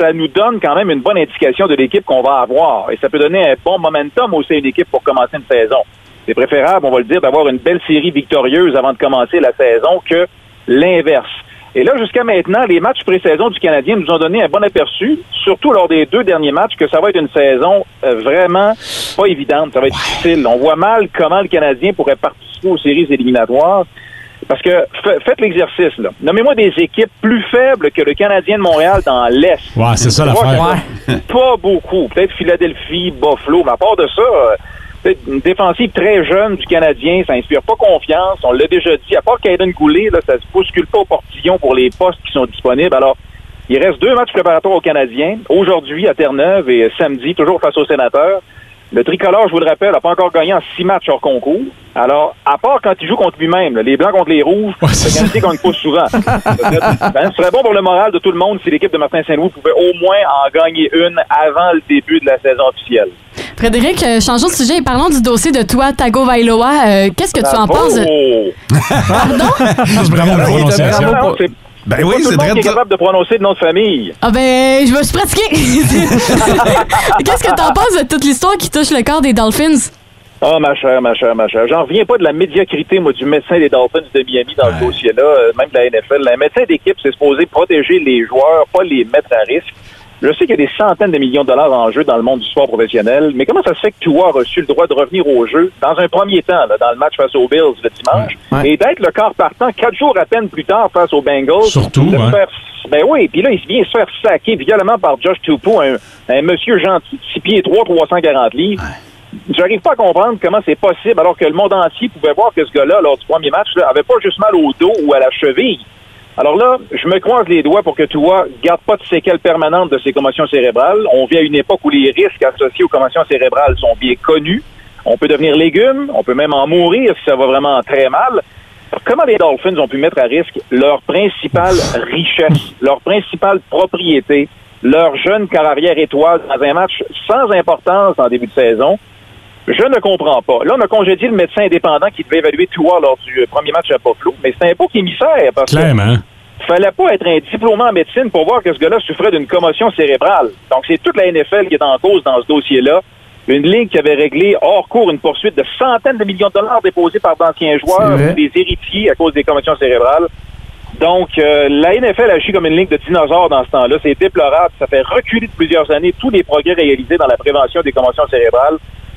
J: ça nous donne quand même une bonne indication de l'équipe qu'on va avoir et ça peut donner un bon momentum aussi à une équipe pour commencer une saison. C'est préférable, on va le dire, d'avoir une belle série victorieuse avant de commencer la saison que l'inverse. Et là, jusqu'à maintenant, les matchs pré-saison du Canadien nous ont donné un bon aperçu, surtout lors des deux derniers matchs, que ça va être une saison euh, vraiment pas évidente. Ça va être difficile. On voit mal comment le Canadien pourrait participer aux séries éliminatoires. Parce que fa- faites l'exercice, là. Nommez-moi des équipes plus faibles que le Canadien de Montréal dans l'Est.
D: Ouais, c'est ça
J: Moi,
D: l'affaire.
J: je vois Pas beaucoup. Peut-être Philadelphie, Buffalo. Mais à part de ça, euh, peut-être une défensive très jeune du Canadien, ça inspire pas confiance. On l'a déjà dit. À part Caden Goulet, là, ça se bouscule pas au portillon pour les postes qui sont disponibles. Alors, il reste deux matchs préparatoires aux Canadiens. Aujourd'hui à Terre-Neuve et euh, samedi, toujours face aux sénateurs. Le tricolore, je vous le rappelle, n'a pas encore gagné en six matchs hors concours. Alors, à part quand il joue contre lui-même, là, les blancs contre les rouges, le Canadien gagne pas souvent. Ben, ce serait bon pour le moral de tout le monde si l'équipe de Martin Saint-Louis pouvait au moins en gagner une avant le début de la saison officielle.
E: Frédéric, euh, changeons de sujet et parlons du dossier de toi, Tagovailoa. Euh, Qu'est-ce que tu en
J: Bravo!
E: penses?
D: Juste bravo pour
C: Il
D: la
C: était
D: prononciation.
C: bravo
J: Non, c'est-
C: Ben
J: c'est
C: oui,
J: pas tout
C: c'est
J: le monde
C: très-
J: qui est capable de prononcer le nom de famille.
E: Ah ben, je vais se pratiquer. Qu'est-ce que t'en penses de toute l'histoire qui touche le corps des Dolphins?
J: Ah, ma chère, ma chère, ma chère. J'en reviens pas de la médiocrité, moi, du médecin des Dolphins de Miami dans le dossier-là, euh, même de la NFL. Un médecin d'équipe, c'est supposé protéger les joueurs, pas les mettre à risque. Je sais qu'il y a des centaines de millions de dollars en jeu dans le monde du sport professionnel, mais comment ça se fait que Tua a reçu le droit de revenir au jeu dans un premier temps, là, dans le match face aux Bills le dimanche,
F: Ouais.
J: et d'être le quart partant quatre jours à peine plus tard face aux Bengals?
D: Surtout, hein.
J: de
D: ouais.
J: faire- Ben oui, puis là, il vient se faire saquer violemment par Josh Tupo, un, un monsieur gentil, 6 pieds 3, 340 livres. J'arrive pas à comprendre comment c'est possible, alors que le monde entier pouvait voir que ce gars-là, lors du premier match, là, avait pas juste mal au dos ou à la cheville. Alors là, je me croise les doigts pour que Tua garde pas de séquelles permanentes de ses commotions cérébrales. On vit à une époque où les risques associés aux commotions cérébrales sont bien connus. On peut devenir légume, on peut même en mourir si ça va vraiment très mal. Comment les Dolphins ont pu mettre à risque leur principale richesse, leur principale propriété, leur jeune carrière étoile dans un match sans importance en début de saison? Je ne comprends pas. Là, on a congédié le médecin indépendant qui devait évaluer Tua lors du euh, premier match à Buffalo, mais c'est un beau émissaire parce que
D: Clairement. hein.
J: fallait pas être un diplômé en médecine pour voir que ce gars-là souffrait d'une commotion cérébrale. Donc, c'est toute la NFL qui est en cause dans ce dossier-là. Une ligue qui avait réglé hors cours une poursuite de centaines de millions de dollars déposés par d'anciens joueurs
F: C'est vrai.
J: ou des héritiers à cause des commotions cérébrales. Donc, euh, la NFL agit comme une ligue de dinosaures dans ce temps-là. C'est déplorable. Ça fait reculer de plusieurs années tous les progrès réalisés dans la prévention des commotions cérébrales.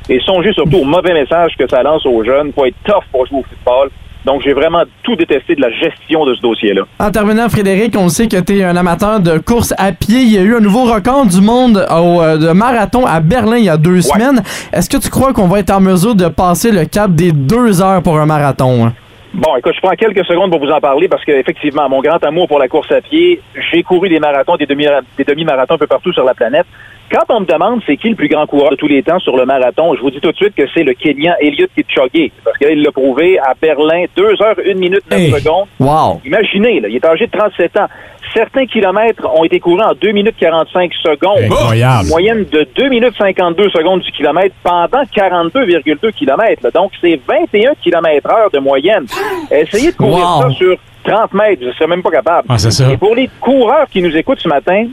J: Et songez surtout au mauvais message que ça lance aux jeunes. Faut être tough pour jouer au football. Donc, j'ai vraiment tout détesté de la gestion de ce dossier-là.
F: En terminant, Frédéric, on sait que tu es un amateur de course à pied. Il y a eu un nouveau record du monde au, euh, de marathon à Berlin il y a deux semaines. Est-ce que tu crois qu'on va être en mesure de passer le cap des deux heures pour un marathon? hein?
J: Bon, écoute, je prends quelques secondes pour vous en parler parce que effectivement, mon grand amour pour la course à pied, j'ai couru des marathons, des demi des demi-marathons un peu partout sur la planète. Quand on me demande c'est qui le plus grand coureur de tous les temps sur le marathon, je vous dis tout de suite que c'est le Kenyan Eliud Kipchoge parce qu'il l'a prouvé à Berlin, 2 heures 1 minute 9
D: Hey.
J: secondes.
F: Wow!
J: Imaginez, là, il est âgé de 37 ans. Certains kilomètres ont été courus en 2 minutes 45 secondes.
D: Incroyable.
J: Moyenne de 2 minutes 52 secondes du kilomètre pendant 42,2 kilomètres. là. Donc, c'est 21 kilomètres heure de moyenne. Essayez de courir
F: Wow.
J: ça sur 30 mètres. Je ne serais même pas capable.
D: Ah, c'est ça.
J: Et pour les coureurs qui nous écoutent ce matin,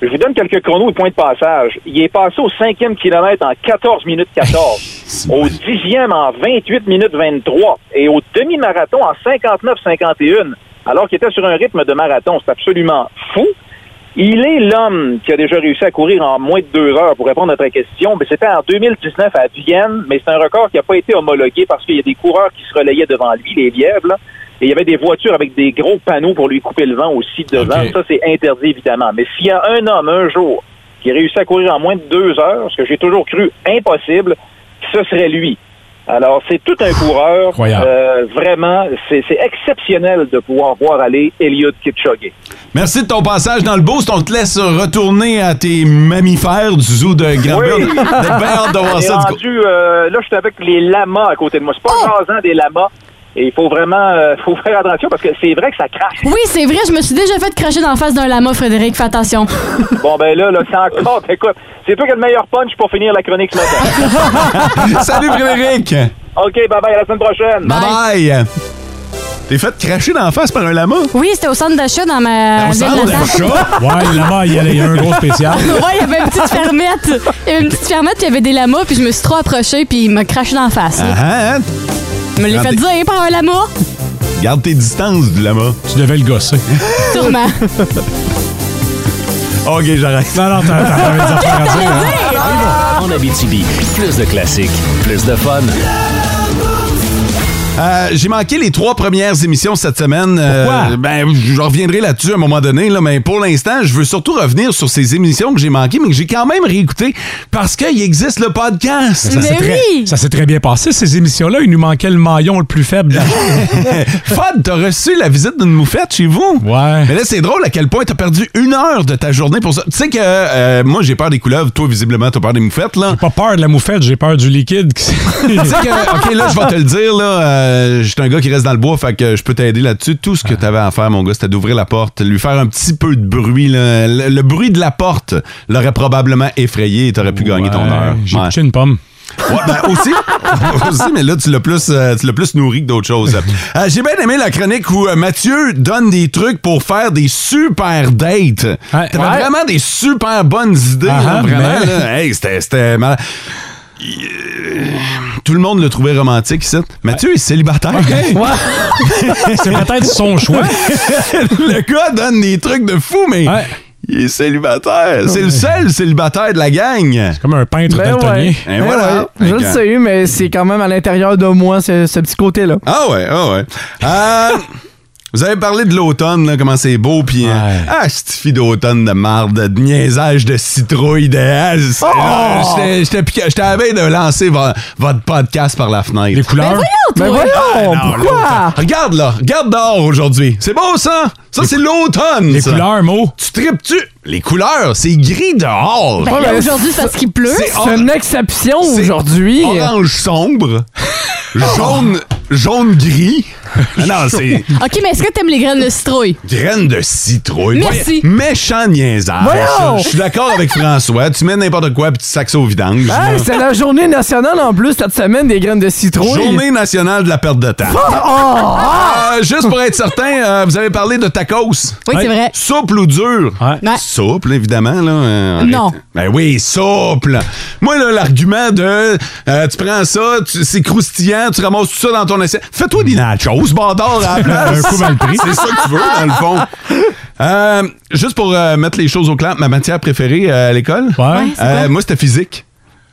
J: je vous donne quelques chronos et points de passage. Il est passé au cinquième kilomètre en 14 minutes 14, au dixième en 28 minutes 23 et au demi-marathon en 59-51, alors qu'il était sur un rythme de marathon. C'est absolument fou. Il est l'homme qui a déjà réussi à courir en moins de deux heures pour répondre à ta question. Mais c'était en 2019 à Vienne, mais c'est un record qui n'a pas été homologué parce qu'il y a des coureurs qui se relayaient devant lui, les lièvres. là. Et il y avait des voitures avec des gros panneaux pour lui couper le vent aussi devant.
D: Ok.
J: Ça, c'est interdit, évidemment. Mais s'il y a un homme, un jour, qui réussit à courir en moins de deux heures, ce que j'ai toujours cru impossible, ce serait lui. Alors, c'est tout un coureur.
D: Incroyable.
J: Euh, vraiment, c'est c'est exceptionnel de pouvoir voir aller Eliud Kipchoge.
C: Merci de ton passage dans le boost. On te laisse retourner à tes mammifères du zoo de grand
J: Oui.
C: J'ai bien hâte de voir
J: On est
C: ça. du coup. Oh!
J: rendu, euh, là, je suis avec les lamas à côté de moi. C'est pas rasant des lamas. Et il faut vraiment euh, faut faire attention parce que c'est vrai que ça crache.
E: Oui, c'est vrai, je me suis déjà fait cracher dans la face d'un lama, Frédéric, fais attention.
J: Bon, ben là, là c'est encore. Écoute, c'est toi qui as le meilleur punch pour finir la chronique ce matin.
C: Salut Frédéric.
J: OK, bye-bye, à la semaine prochaine.
C: Bye bye. T'es fait cracher dans la face par un lama?
E: Oui, c'était au centre d'achat dans
C: On
E: ma ville
C: sent
E: natale.
C: le chat.
D: Ouais, là-bas, il y a- il y a un gros spécial.
E: Ouais, il y avait une petite fermette. Il y avait une petite fermette, puis il y avait des lamas, puis je me suis trop approchée, puis il m'a craché dans la face.
C: Ah, hein?
E: Je me l'ai fait dire par un lama,
C: Garde tes distances du lama.
D: Tu devais le gosser.
E: sûrement.
C: Ok, j'arrête.
D: Non, non, t'as t'as pas des affaires à dire, hein?
B: En Abitibi, plus de classiques, plus de fun.
C: Euh, j'ai manqué les trois premières émissions cette semaine. Euh,
D: Pourquoi?
C: ben, je reviendrai là-dessus à un moment donné, là, mais pour l'instant, je veux surtout revenir sur ces émissions que j'ai manquées, mais que j'ai quand même réécoutées parce qu'il existe le podcast.
D: Ça s'est très, ça s'est très bien passé, ces émissions-là. Il nous manquait le maillon le plus faible. de la chaîne.
C: Fad, t'as reçu la visite d'une moufette chez vous?
D: Ouais.
C: Mais là, c'est drôle à quel point t'as perdu une heure de ta journée pour ça. Tu sais que euh, moi, j'ai peur des couleuvres. Toi, visiblement, t'as peur des moufettes, là.
D: J'ai pas peur de la moufette, j'ai peur du liquide. qui s'est-
C: Tu sais que, OK, là, je vais te le dire, là, euh, je suis un gars qui reste dans le bois, fait que je peux t'aider là-dessus. Tout ce que tu avais à faire, mon gars, c'était d'ouvrir la porte, lui faire un petit peu de bruit. là. Le, le bruit de la porte l'aurait probablement effrayé et t'aurais pu gagner ton heure.
D: Ouais, J'ai
C: Ouais.
D: touché une pomme.
C: Ouais, ben, aussi, aussi, mais là, tu l'as plus, euh, tu l'as plus nourri que d'autres choses. Euh, J'ai bien aimé la chronique où euh, Mathieu donne des trucs pour faire des super dates.
D: Ouais.
C: T'avais
D: Ouais.
C: vraiment des super bonnes idées, là,
D: Ah,
C: vraiment.
D: mais-
C: là. Hey, c'était- c'était malade. Il- euh, Tout le monde le trouvait romantique, ici. Mathieu est célibataire.
D: C'est peut-être son choix.
C: le gars donne des trucs de fou, mais
D: Ouais.
C: il est célibataire. C'est le
D: Ouais.
C: seul célibataire de la gang.
D: Comme un peintre
F: Ben
D: daltonien.
F: ouais.
C: Et
F: Ben
C: voilà.
F: ouais. Je le
C: Fait que-
F: sais, mais c'est quand même à l'intérieur de moi, ce, ce petit côté-là.
C: Ah ouais, ah ouais. Euh, vous avez parlé de l'automne, là, comment c'est beau, puis euh,
D: Ouais.
C: ah, cette fille d'automne de marde, de niaisage de citrouille, de ah, c'est-
D: Oh!
C: ah, j'étais- j'étais piqué- j'étais à la veille de lancer vo- votre podcast par la fenêtre.
D: Les
E: Ben,
D: couleurs.
F: Mais Ben voyons, pourquoi?
C: Regarde là, regarde dehors aujourd'hui. C'est beau ça? Ça, c'est l'automne.
D: Les
C: ça.
D: couleurs, Mo.
C: Tu tripes-tu? Les couleurs, c'est gris dehors.
D: Ben
F: Ouais, mais
E: Aujourd'hui, c'est parce qu'il pleut.
C: Oh, C'est
F: C'est une exception
C: C'est
F: aujourd'hui.
C: Orange sombre, jaune, jaune gris. Ah non, c'est.
E: OK, mais est-ce que t'aimes les graines de citrouille?
C: Graines de citrouille.
E: Merci.
C: Ouais, Méchant niaisage.
F: Voyons!
C: Je suis d'accord avec François. Tu mets n'importe quoi puis tu sacs ça au vidange.
F: Hey, c'est la journée nationale en plus cette semaine des graines de citrouille. Oh!
C: Journée nationale de la perte de temps.
F: Ah!
C: Euh, juste pour être certain, euh, vous avez parlé de tacos.
E: Oui, c'est
F: Eh.
E: vrai.
C: Souple ou dur?
D: Ouais.
E: Ouais.
C: Souple, évidemment. Là, euh, en
E: Non.
C: réalité. Ben oui, souple. Moi, là, l'argument de euh, tu prends ça, tu- c'est croustillant, tu ramasses tout ça dans ton assiette. Fais-toi des nachos, bandor à la place.
D: Un coup mal pris.
C: C'est ça que tu veux, dans le fond. Euh, juste pour euh, mettre les choses au clair, ma matière préférée euh, à l'école,
D: Ouais.
C: euh, moi, c'était physique.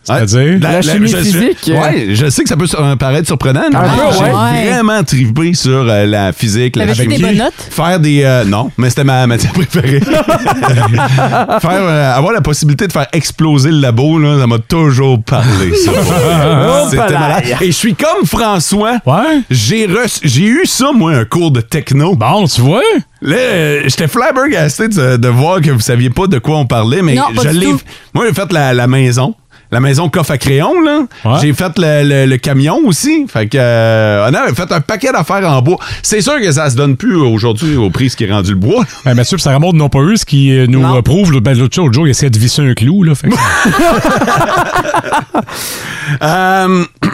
D: C'est-à-dire?
F: La chimie
C: je sais-
F: physique, euh.
C: ouais, je sais que ça peut euh, paraître surprenant, mais
F: Un peu,
C: j'ai
E: ouais.
C: vraiment tripé sur euh, la physique. la
E: T'avais-tu
C: chimie.
E: des bonnes notes?
C: Faire des... euh, non, mais c'était ma matière préférée. faire, euh, avoir la possibilité de faire exploser le labo, là, ça m'a toujours parlé. ça.
E: Oh,
C: c'était malade. Et je suis comme François.
D: Ouais.
C: J'ai reçu- j'ai eu ça, moi, un cours de techno.
D: Bon, tu vois?
C: Là, euh, j'étais flabbergasté de, de voir que vous saviez pas de quoi on parlait, mais
E: Non, pas
C: je
E: du
C: l'ai.
E: tout.
C: Moi, j'ai fait la, la maison. La maison coffre à crayon, là.
D: Ouais.
C: J'ai fait le, le- le camion aussi. Fait que, euh, on a fait un paquet d'affaires en bois. C'est sûr que ça se donne plus aujourd'hui au prix ce qui est rendu le bois.
D: Ben, Mathieu et Sarah Maud n'ont pas eu ce qui euh, nous
F: Non.
D: euh, prouve. là, Ben, l'autre jour, Joe, il essayait de visser un clou. Là, fait que-
C: Euh,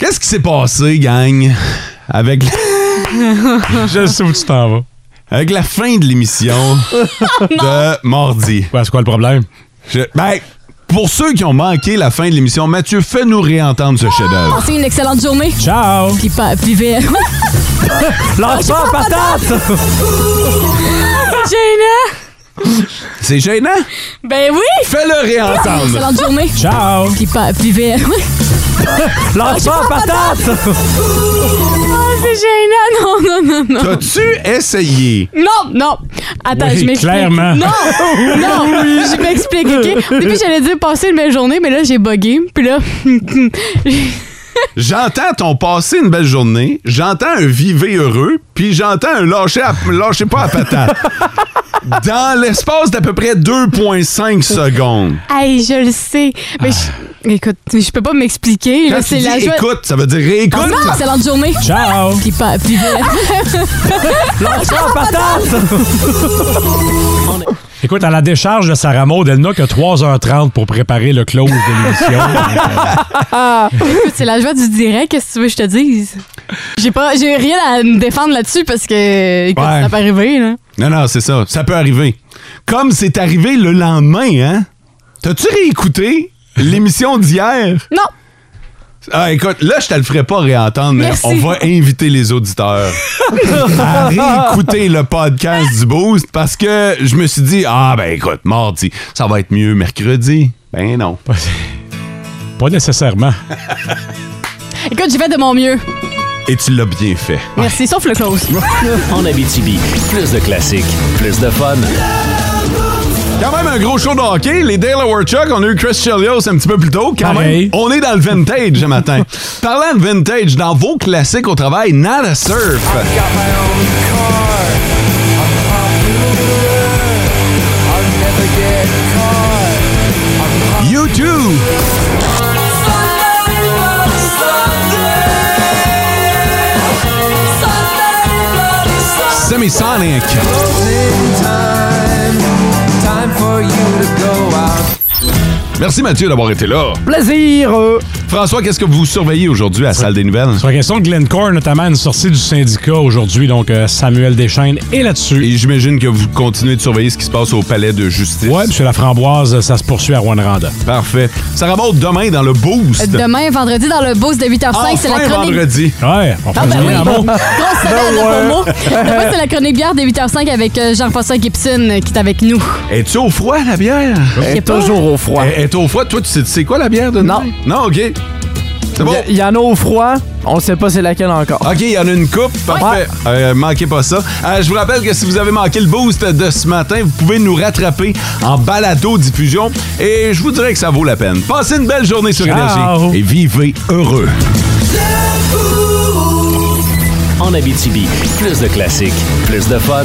C: Qu'est-ce qui s'est passé, gang, avec la,
D: je sais où tu t'en vas.
C: avec la fin de l'émission
E: Oh,
C: de mardi?
D: Ouais, c'est quoi le problème?
C: Je- ben, pour ceux qui ont manqué la fin de l'émission, Mathieu, fais-nous réentendre ce chef-d'œuvre.
E: Passez une excellente journée.
D: Ciao!
E: Puis, pa- puis vivez-
F: Lâche pas en patate!
E: Gênant!
C: C'est gênant.
E: Ben oui!
C: Fais-le réentendre.
E: Excellente journée.
D: Ciao!
E: Puis, pa- puis vivez-
F: Lâche pas en patate!
E: Ah, c'est gênant! Non, non, non, non.
C: T'as-tu essayé?
E: Non, non. Attends,
D: Oui,
E: je m'explique.
D: clairement.
E: Non, non, je m'explique, OK? Au début, j'allais dire passer une belle journée, mais là, j'ai bugué. Puis là,
C: J'entends ton passer une belle journée, j'entends un vivez heureux, puis j'entends un lâcher, à- lâcher pas à patate. Dans l'espace d'à peu près 2,5 secondes.
E: hey, je le sais. Mais je- écoute, je peux pas
C: Ah.
E: m'expliquer.
C: Quand
E: là,
C: tu
E: C'est
C: dis
E: la joie.
C: écoute, ça veut dire
E: Ah,
C: réécoute.
E: non, excellente journée.
D: Ciao!
E: Puis, pa- puis vivez-
D: Écoute, à la décharge de Sarah Maud, elle n'a que 3h30 pour préparer le close de l'émission.
E: Écoute, C'est la joie du direct, qu'est-ce que tu veux que je te dise? J'ai pas, j'ai rien à me défendre là-dessus parce que écoute,
C: Ouais.
E: ça peut arriver, là.
C: Non, non, c'est ça. Ça peut arriver. Comme c'est arrivé le lendemain, hein? T'as-tu réécouté l'émission d'hier?
E: Non!
C: Ah, écoute, là, je te le ferai pas réentendre, mais
E: Merci.
C: on va inviter les auditeurs à réécouter le podcast du Boost parce que je me suis dit, ah, ben écoute, mardi, ça va être mieux mercredi. Ben non.
D: Pas nécessairement.
E: Écoute, j'ai fait de mon mieux.
C: Et tu l'as bien fait.
E: Merci, sauf le close.
B: En Abitibi, plus de classiques, plus de fun.
C: Quand même un gros show de hockey. Les Delaware Chuck, on a eu Chris Chelios un petit peu plus tôt. Quand même,
D: Pareil.
C: on est dans le vintage ce matin. Parlant de vintage, dans vos classiques au travail, Not a Surf. YouTube. Semisonic. Merci Mathieu d'avoir été là.
F: Plaisir! euh.
C: François, qu'est-ce que vous surveillez aujourd'hui à la salle des nouvelles?
D: Sur la question de Glencore, notamment une sortie du syndicat aujourd'hui, donc euh, Samuel Deschaines est là-dessus.
C: Et j'imagine que vous continuez de surveiller ce qui se passe au palais de justice.
D: Ouais, monsieur la framboise, ça se poursuit à Rwanda.
C: Parfait. Ça remonte demain dans le boost.
E: Euh, Demain, vendredi, dans le boost de 8h05, c'est la
C: Enfin,
E: chronique.
C: vendredi.
D: Ouais, on fait
E: Ah
D: du
E: ben oui,
D: bien à
E: grosse
D: Meaux.
E: semaine là, pour moi. Demain, c'est la chronique bière de 8h05 avec euh, Jean-François Gibson euh, qui est avec nous.
C: Es-tu au froid, la bière?
E: Je sais pas.
F: Toujours au froid.
C: Est- Est-tu au froid? Toi, tu sais, tu sais quoi, la bière? De
F: Non.
C: demain? Non, OK. C'est bon.
F: Il y, y en a au froid, on sait pas c'est laquelle encore.
C: OK, il y en a une coupe. Parfait. Euh, manquez pas ça. Euh, je vous rappelle que si vous avez manqué le boost de ce matin, vous pouvez nous rattraper en balado-diffusion. Et je vous dirais que ça vaut la peine. Passez une belle journée sur
D: Ciao.
C: Énergie et vivez heureux.
B: En Abitibi, plus de classiques, plus de fun.